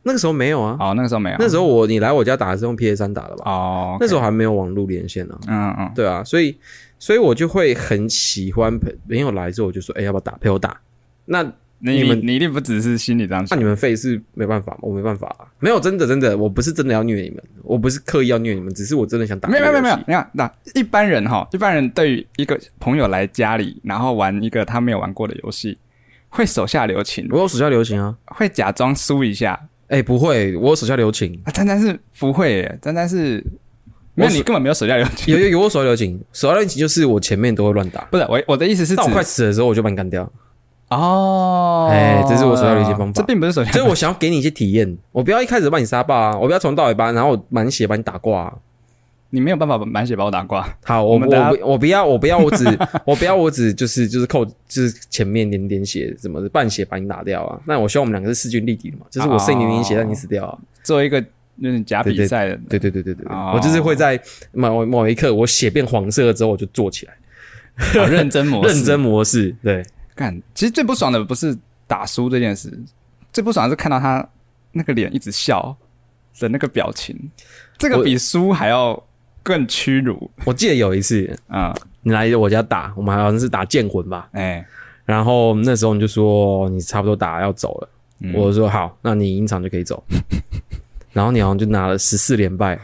[SPEAKER 2] 那个时候没有啊，
[SPEAKER 1] 哦，那个时候没有，
[SPEAKER 2] 那时候我你来我家打的是用 PS 三打的吧？
[SPEAKER 1] 哦，
[SPEAKER 2] 那时候
[SPEAKER 1] 候
[SPEAKER 2] 还没有网络连线啊。
[SPEAKER 1] 嗯嗯
[SPEAKER 2] 对啊，所以所以我就会很喜欢朋朋友来之后，我就说，哎、要不要打？陪我打。那
[SPEAKER 1] 你
[SPEAKER 2] 你
[SPEAKER 1] 你
[SPEAKER 2] 们
[SPEAKER 1] 你一定不只是心里这样
[SPEAKER 2] 那
[SPEAKER 1] 想
[SPEAKER 2] 你们废是没办法吗？我没办法、啊，没有真的真的，我不是真的要虐你们，我不是刻意要虐你们，只是我真的想打。
[SPEAKER 1] 没有没有没有没有，，你看那一般人哈，一般人对于一个朋友来家里，然后玩一个他没有玩过的游戏，会手下留情，
[SPEAKER 2] 我有手下留情啊。
[SPEAKER 1] 会假装输一下。
[SPEAKER 2] 哎、不会，我有手下留情，
[SPEAKER 1] 啊，詹詹是不会耶，詹詹是没有
[SPEAKER 2] 我
[SPEAKER 1] 你根本没有手下留情。
[SPEAKER 2] 有有有我手下留情，手下留情就是我前面都会乱打，
[SPEAKER 1] 不是我我的意思是指
[SPEAKER 2] 到我快死的时候我就把你干掉，
[SPEAKER 1] 哦，
[SPEAKER 2] 哎这是我手下留情方法
[SPEAKER 1] 这并不是手 [laughs] 下
[SPEAKER 2] 所以我想要给你一些体验，我不要一开始就把你杀爆啊，我不要从头到尾把，然后我满血把你打挂、啊。
[SPEAKER 1] 你没有办法满血把我打挂。
[SPEAKER 2] 好，我
[SPEAKER 1] 我
[SPEAKER 2] 我
[SPEAKER 1] 们大家
[SPEAKER 2] 不我不要我不要我只 [laughs] 我不要我只就是就是扣就是前面点点血怎么的半血把你打掉啊？那我希望我们两个是势均力敌的嘛，就是我剩一点点血
[SPEAKER 1] 哦
[SPEAKER 2] 让你死掉啊。
[SPEAKER 1] 作为一个有点假
[SPEAKER 2] 对
[SPEAKER 1] 比赛的，
[SPEAKER 2] 对对对对对，对
[SPEAKER 1] 哦
[SPEAKER 2] 我就是会在某某一刻我血变黄色了之后我就坐起来，
[SPEAKER 1] 好认真模式，
[SPEAKER 2] [laughs] 认真模式。
[SPEAKER 1] [laughs]
[SPEAKER 2] 对，
[SPEAKER 1] 干。其实最不爽的不是打输这件事，最不爽的是看到他那个脸一直笑的那个表情，这个
[SPEAKER 2] 我
[SPEAKER 1] 比输还要更屈辱
[SPEAKER 2] 我记得有一次
[SPEAKER 1] 啊！
[SPEAKER 2] 你来我家打，我们好像是打剑魂吧，
[SPEAKER 1] 哎、
[SPEAKER 2] 然后那时候你就说你差不多打要走了，
[SPEAKER 1] 嗯
[SPEAKER 2] 我就说好，那你赢场就可以走。然后你好像就拿了十四连败，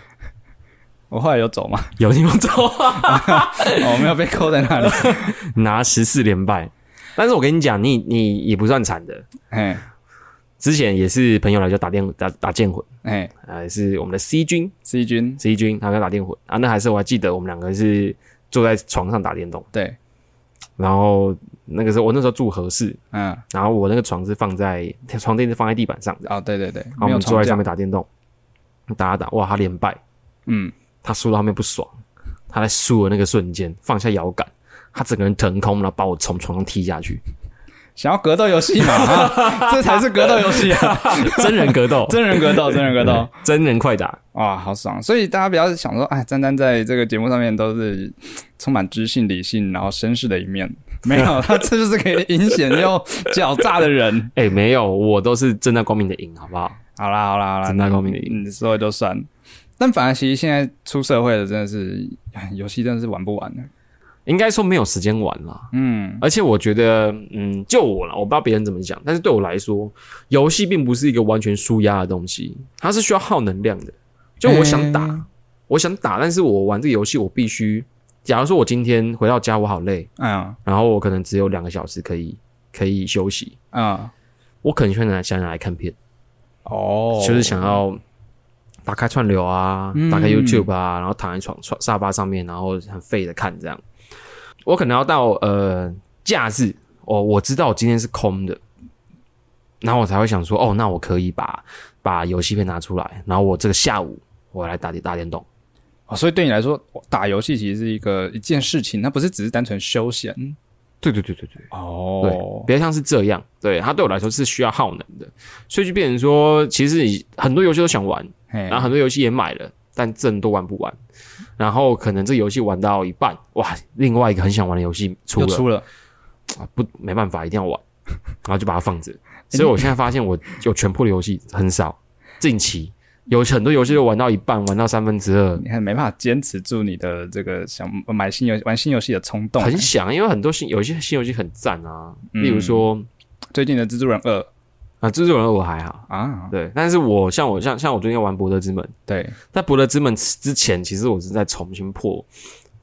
[SPEAKER 1] 我后来有走吗？ [laughs]
[SPEAKER 2] 有你们走啊，
[SPEAKER 1] 哦我没有被扣在那里。
[SPEAKER 2] [laughs] 拿十四连败。但是我跟你讲，你你也不算惨的。
[SPEAKER 1] 哎
[SPEAKER 2] 之前也是朋友来就打电打打剑魂，
[SPEAKER 1] 哎
[SPEAKER 2] 啊、也是我们的 C 君
[SPEAKER 1] ，C 君
[SPEAKER 2] C 君，他跟他打电魂啊，那还是我还记得我们两个是坐在床上打电动，
[SPEAKER 1] 对，
[SPEAKER 2] 然后那个时候我那时候住合适，
[SPEAKER 1] 嗯，
[SPEAKER 2] 然后我那个床是放在床垫是放在地板上的，
[SPEAKER 1] 哦对对对，
[SPEAKER 2] 然
[SPEAKER 1] 没
[SPEAKER 2] 后我
[SPEAKER 1] 有
[SPEAKER 2] 们坐
[SPEAKER 1] 床
[SPEAKER 2] 在上
[SPEAKER 1] 架
[SPEAKER 2] 面打电动。打啊打，哇，他连败，
[SPEAKER 1] 嗯，
[SPEAKER 2] 他输到后面不爽，他在输的那个瞬间放下摇杆，他整个人腾空，然后把我从床上踢下去，
[SPEAKER 1] 想要格斗游戏嘛，啊 [laughs] 这才是格斗游戏啊！
[SPEAKER 2] [laughs] 真人格斗，
[SPEAKER 1] 真人格斗，真人格斗，
[SPEAKER 2] 真人快打，
[SPEAKER 1] 哇，啊好爽！所以大家不要想说，哎，丹丹在这个节目上面都是充满知性、理性，然后绅士的一面，没
[SPEAKER 2] [laughs]
[SPEAKER 1] 有，他这就是可以阴险又狡诈的人。
[SPEAKER 2] 哎、没有，我都是正大光明的赢，好不好？
[SPEAKER 1] 好啦，好啦，好啦，
[SPEAKER 2] 正大光明的赢，
[SPEAKER 1] 嗯，所有都算。但反而其实现在出社会了，真的是哎游戏真的是玩不完的。
[SPEAKER 2] 应该说没有时间玩啦。
[SPEAKER 1] 嗯，
[SPEAKER 2] 而且我觉得，嗯，就我啦，我不知道别人怎么想，但是对我来说，游戏并不是一个完全舒压的东西，它是需要耗能量的。就我想打，
[SPEAKER 1] 嗯
[SPEAKER 2] 我想打，但是我玩这个游戏，我必须，假如说我今天回到家，我好累，
[SPEAKER 1] 哎呀，
[SPEAKER 2] 然后我可能只有两个小时可以可以休息，
[SPEAKER 1] 啊，
[SPEAKER 2] 我可能就会拿想拿来看片，
[SPEAKER 1] 哦
[SPEAKER 2] 就是想要打开串流啊，
[SPEAKER 1] 嗯
[SPEAKER 2] 打开 YouTube 啊，然后躺在床床沙发上面，然后很废的看这样。我可能要到呃假日，哦，我知道我今天是空的，然后我才会想说，哦，那我可以把把游戏片拿出来，然后我这个下午我来打打电动。
[SPEAKER 1] 哦，所以对你来说，打游戏其实是一个一件事情，它不是只是单纯休闲
[SPEAKER 2] 对对对对对，
[SPEAKER 1] 哦
[SPEAKER 2] 比。较像是这样。对，它对我来说是需要耗能的，所以就变成说，其实你很多游戏都想玩，
[SPEAKER 1] 嘿
[SPEAKER 2] 然后很多游戏也买了，但真的都玩不完。然后可能这游戏玩到一半，哇，另外一个很想玩的游戏出
[SPEAKER 1] 又
[SPEAKER 2] 了，
[SPEAKER 1] 出了，
[SPEAKER 2] 啊不没办法，一定要玩，然后就把
[SPEAKER 1] [laughs]
[SPEAKER 2] 它放着。所以我现在发现我有全破的游戏很少，近期有很多游戏都玩到一半，玩到三分之二，
[SPEAKER 1] 你看没办法坚持住你的这个想买新游玩新游戏的冲动。
[SPEAKER 2] 很想，因为很多新有一些新游戏很赞啊，
[SPEAKER 1] 嗯
[SPEAKER 2] 例如说、
[SPEAKER 1] 最近的《蜘蛛人二》
[SPEAKER 2] 啊，蜘蛛人我还好，
[SPEAKER 1] 啊，
[SPEAKER 2] 对，但是我像我像像我最近玩博德之门。
[SPEAKER 1] 对，
[SPEAKER 2] 在《博德之门》之前，其实我是在重新破，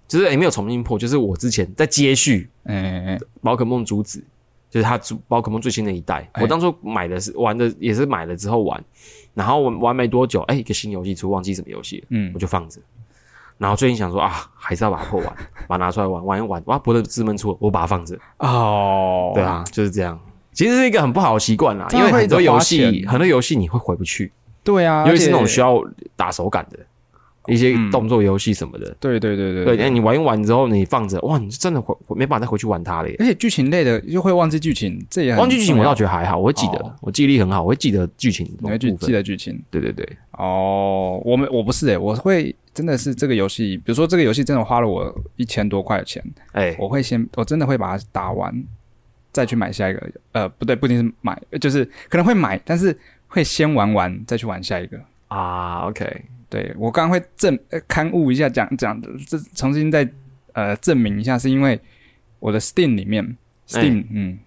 [SPEAKER 2] 就是也、没有重新破，就是我之前在接续
[SPEAKER 1] 哎
[SPEAKER 2] 宝可梦主旨，就是它主宝可梦最新的一代。
[SPEAKER 1] 哎
[SPEAKER 2] 我当初买的是玩的也是买了之后玩，然后玩玩没多久，哎、一个新游戏出，忘记什么游戏了，
[SPEAKER 1] 嗯
[SPEAKER 2] 我就放着。然后最近想说啊，还是要把它破完，把它拿出来玩玩一玩。哇，《博德之门》出了，我把它放着。
[SPEAKER 1] 哦，
[SPEAKER 2] 对，啊，就是这样。其实是一个很不好的习惯啦，
[SPEAKER 1] 这
[SPEAKER 2] 因
[SPEAKER 1] 样
[SPEAKER 2] 为
[SPEAKER 1] 会一
[SPEAKER 2] 很
[SPEAKER 1] 直
[SPEAKER 2] 多游
[SPEAKER 1] 花
[SPEAKER 2] 戏，
[SPEAKER 1] 钱
[SPEAKER 2] 很多游戏你会回不去。
[SPEAKER 1] 对啊，
[SPEAKER 2] 尤其是那种需
[SPEAKER 1] 学，
[SPEAKER 2] 要打手感的一些动作游戏什么的。
[SPEAKER 1] 对对嗯对
[SPEAKER 2] 对，那哎你玩一玩之后，你放着，哇，你就真的回没办法再回去玩它了耶。
[SPEAKER 1] 而且剧情类的又会忘记剧情，这也很
[SPEAKER 2] 忘记剧情
[SPEAKER 1] 重
[SPEAKER 2] 我
[SPEAKER 1] 要
[SPEAKER 2] 倒觉得还好，我会记得，
[SPEAKER 1] 嗯哦
[SPEAKER 2] 我记忆力很好，我会记得剧情的
[SPEAKER 1] 你会记
[SPEAKER 2] 部
[SPEAKER 1] 记
[SPEAKER 2] 分。
[SPEAKER 1] 得剧情
[SPEAKER 2] 对对对，
[SPEAKER 1] 哦。我们我不是诶、我会真的是这个游戏，比如说这个游戏真的花了我一千多块钱，
[SPEAKER 2] 哎，
[SPEAKER 1] 我会先我真的会把它打完，再去买下一个。呃，不对，不一定是买，就是可能会买，但是会先玩完再去玩下一个。
[SPEAKER 2] 啊，OK，
[SPEAKER 1] 对我刚刚会证呃刊物一下讲讲这重新再呃证明一下，是因为我的 Steam 里面 Steam、嗯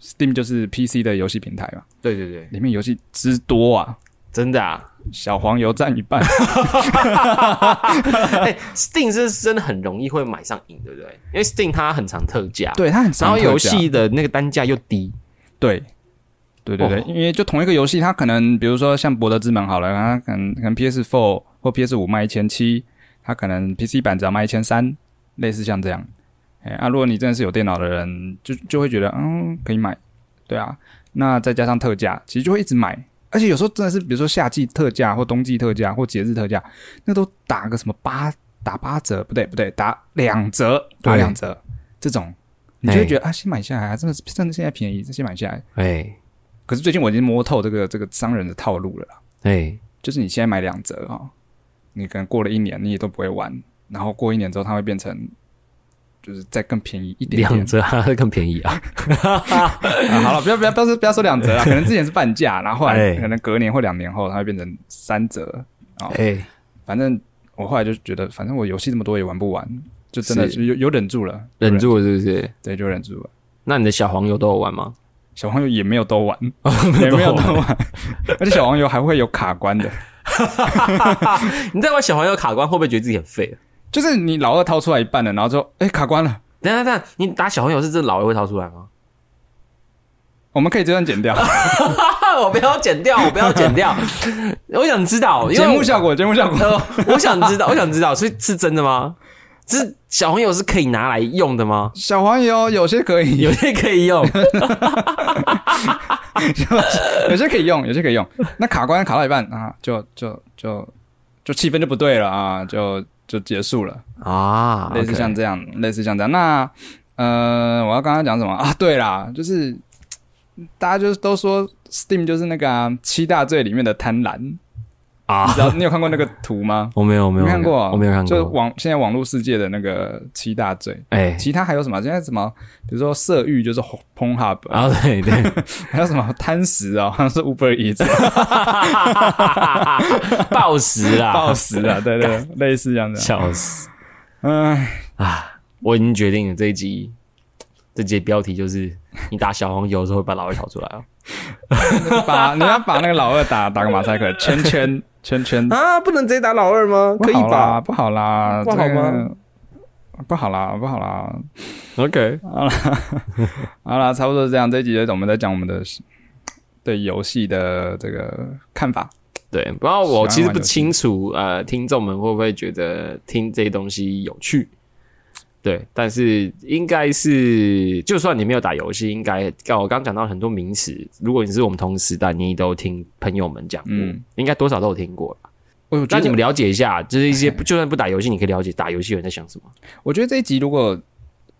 [SPEAKER 1] Steam 就是 PC 的游戏平台嘛，
[SPEAKER 2] 对对对，
[SPEAKER 1] 里面游戏之多啊，
[SPEAKER 2] 真的啊，
[SPEAKER 1] 小黄油占一半。
[SPEAKER 2] 哎，Steam 是真的很容易会买上瘾，对不对？因为 Steam 它很常特价，，
[SPEAKER 1] [laughs] 对，它很
[SPEAKER 2] 然
[SPEAKER 1] 常
[SPEAKER 2] 后
[SPEAKER 1] 特
[SPEAKER 2] 游
[SPEAKER 1] 价
[SPEAKER 2] 戏的那个单价又低，
[SPEAKER 1] 对。对对对，
[SPEAKER 2] 哦
[SPEAKER 1] 因为就同一个游戏，它可能比如说像《博德之门》好了，它可能可能 PS Four 或 PS 五卖一千七，它可能 PC 版只要卖一千三，类似像这样。哎，啊，如果你真的是有电脑的人，就就会觉得嗯可以买，对啊。那再加上特价，其实就会一直买，而且有时候真的是比如说夏季特价或冬季特价或节日特价，那都打个什么八打八折，不对不对，打两折，打
[SPEAKER 2] 对
[SPEAKER 1] 两折这种，你就会觉得啊先买下来啊，真的是真的现在便宜，先买下来。
[SPEAKER 2] 哎
[SPEAKER 1] 可是最近我已经摸透这个这个商人的套路了啦，
[SPEAKER 2] 哎，
[SPEAKER 1] 就是你现在买两折哦，你可能过了一年你也都不会玩，然后过一年之后它会变成就是再更便宜一啊点
[SPEAKER 2] 两
[SPEAKER 1] 点。
[SPEAKER 2] 折还会更便宜啊， [laughs]
[SPEAKER 1] 啊、好了，不要不要不要说不要说两
[SPEAKER 2] [laughs]
[SPEAKER 1] 折啦，啊可能之前是半价，然后后来
[SPEAKER 2] 哎
[SPEAKER 1] 可能隔年或两年后它会变成三折。
[SPEAKER 2] 哎，
[SPEAKER 1] 反正我后来就觉得，反正我游戏这么多也玩不完，就真的
[SPEAKER 2] 是
[SPEAKER 1] 就有有忍住了，
[SPEAKER 2] 忍，住了是不是？
[SPEAKER 1] 对，就忍住了。
[SPEAKER 2] 那你的小黄油都有玩吗？
[SPEAKER 1] 小黄油也没有都
[SPEAKER 2] [laughs]
[SPEAKER 1] 玩，也没有都玩，而且小黄油还会有卡关的，
[SPEAKER 2] 你在玩小黄油卡关，会不会觉得自己很废啊？
[SPEAKER 1] 就是你老二掏出来一半了，然后就哎、卡关了。
[SPEAKER 2] 等一下等一下，你打小黄油是真的老二会掏出来吗？
[SPEAKER 1] 我们可以这段剪掉，
[SPEAKER 2] [laughs] 我不要剪 [laughs] 掉，我不要剪掉，我想知 [laughs] 道因为
[SPEAKER 1] 节
[SPEAKER 2] 我
[SPEAKER 1] 目效果，节目效果。
[SPEAKER 2] [laughs] 呃，我想知道，我想知道，所以是真的吗？是小黄油是可以拿来用的吗？
[SPEAKER 1] 小黄油有些可以，
[SPEAKER 2] 有些可
[SPEAKER 1] [laughs]
[SPEAKER 2] 以用，
[SPEAKER 1] 有些可以用，有些可以用。那卡关卡到一半啊，就就就就气氛就不对了啊，就就结束了。
[SPEAKER 2] 啊，
[SPEAKER 1] 类似
[SPEAKER 2] OK
[SPEAKER 1] 像这样，类似像这样。那呃，我要刚刚讲什么啊？对啦，就是大家就是都说 Steam 就是那个、啊、七大罪里面的贪婪，你
[SPEAKER 2] 啊，？
[SPEAKER 1] 知道你有看过那个图吗
[SPEAKER 2] 我没有，我没有
[SPEAKER 1] 你看过，
[SPEAKER 2] 我没有看
[SPEAKER 1] 就是
[SPEAKER 2] 过。
[SPEAKER 1] 网现在网络世界的那个七大罪，
[SPEAKER 2] 哎，
[SPEAKER 1] 其他还有什么？现在什么，比如说色欲就是 Pornhub，、
[SPEAKER 2] 啊，对对， [laughs]
[SPEAKER 1] 还有什么贪食啊、好 [laughs] 像是 Uber Eats
[SPEAKER 2] 暴食啦，
[SPEAKER 1] 暴食啊，对对对，类似这样的。啊
[SPEAKER 2] 笑死！
[SPEAKER 1] 嗯，
[SPEAKER 2] 我已经决定了这一集，这集的标题就是你打小黄油的时候会把老二挑出来哦。
[SPEAKER 1] 把你要把那个老二打打个马赛克，圈圈圈圈
[SPEAKER 2] 啊，不能直接打老二吗？可以
[SPEAKER 1] 不好啦，
[SPEAKER 2] 吧
[SPEAKER 1] 不好啦，
[SPEAKER 2] 不好吗
[SPEAKER 1] 这个？不好啦，不好啦，
[SPEAKER 2] ？OK，
[SPEAKER 1] 好啦，差不多是这样。这一集就是我们在讲我们的对游戏的这个看法。
[SPEAKER 2] 对，不然我其
[SPEAKER 1] 喜欢
[SPEAKER 2] 实
[SPEAKER 1] 玩
[SPEAKER 2] 不
[SPEAKER 1] 游戏
[SPEAKER 2] 清楚，呃，听众们会不会觉得听这些东西有趣？对，但是应该是，就算你没有打游戏，应该刚我刚讲到很多名词，如果你是我们同时代，你都听朋友们讲过，
[SPEAKER 1] 嗯
[SPEAKER 2] 应该多少都有听过啦。
[SPEAKER 1] 我觉
[SPEAKER 2] 让你
[SPEAKER 1] 得哎
[SPEAKER 2] 们，了解一下，就是一些就算不打游戏，你可以了解打游戏的人在想什么。
[SPEAKER 1] 我觉得这一集如果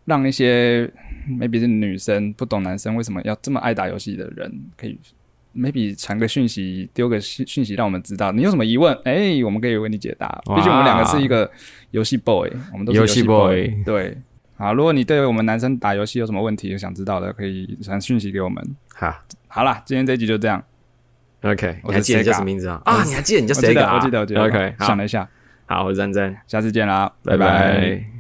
[SPEAKER 1] 让一些 maybe 是女生不懂男生为什么要这么爱打游戏的人，可以 maybe 传个讯息，丢个讯讯息，让我们知道你有什么疑问，哎、我们可以为你解答。
[SPEAKER 2] 哇
[SPEAKER 1] 毕竟我们两个是一个游戏 boy，我们都是
[SPEAKER 2] 游
[SPEAKER 1] 戏
[SPEAKER 2] 戏 boy
[SPEAKER 1] 对。好，如果你对我们男生打游戏有什么问题想知道的，可以传讯息给我们。
[SPEAKER 2] 哈
[SPEAKER 1] 好啦，今天这一集就这样。
[SPEAKER 2] ，OK，
[SPEAKER 1] 我
[SPEAKER 2] 你
[SPEAKER 1] 是
[SPEAKER 2] 还记得你叫
[SPEAKER 1] Sega
[SPEAKER 2] 什么名字啊？啊，你还记得你叫
[SPEAKER 1] 我记
[SPEAKER 2] 谁
[SPEAKER 1] 得，
[SPEAKER 2] 啊？
[SPEAKER 1] 我记得，我记得。
[SPEAKER 2] OK，
[SPEAKER 1] 想
[SPEAKER 2] 好
[SPEAKER 1] 了，一下，
[SPEAKER 2] 好，我是詹詹，
[SPEAKER 1] 下次见啦，
[SPEAKER 2] 拜拜。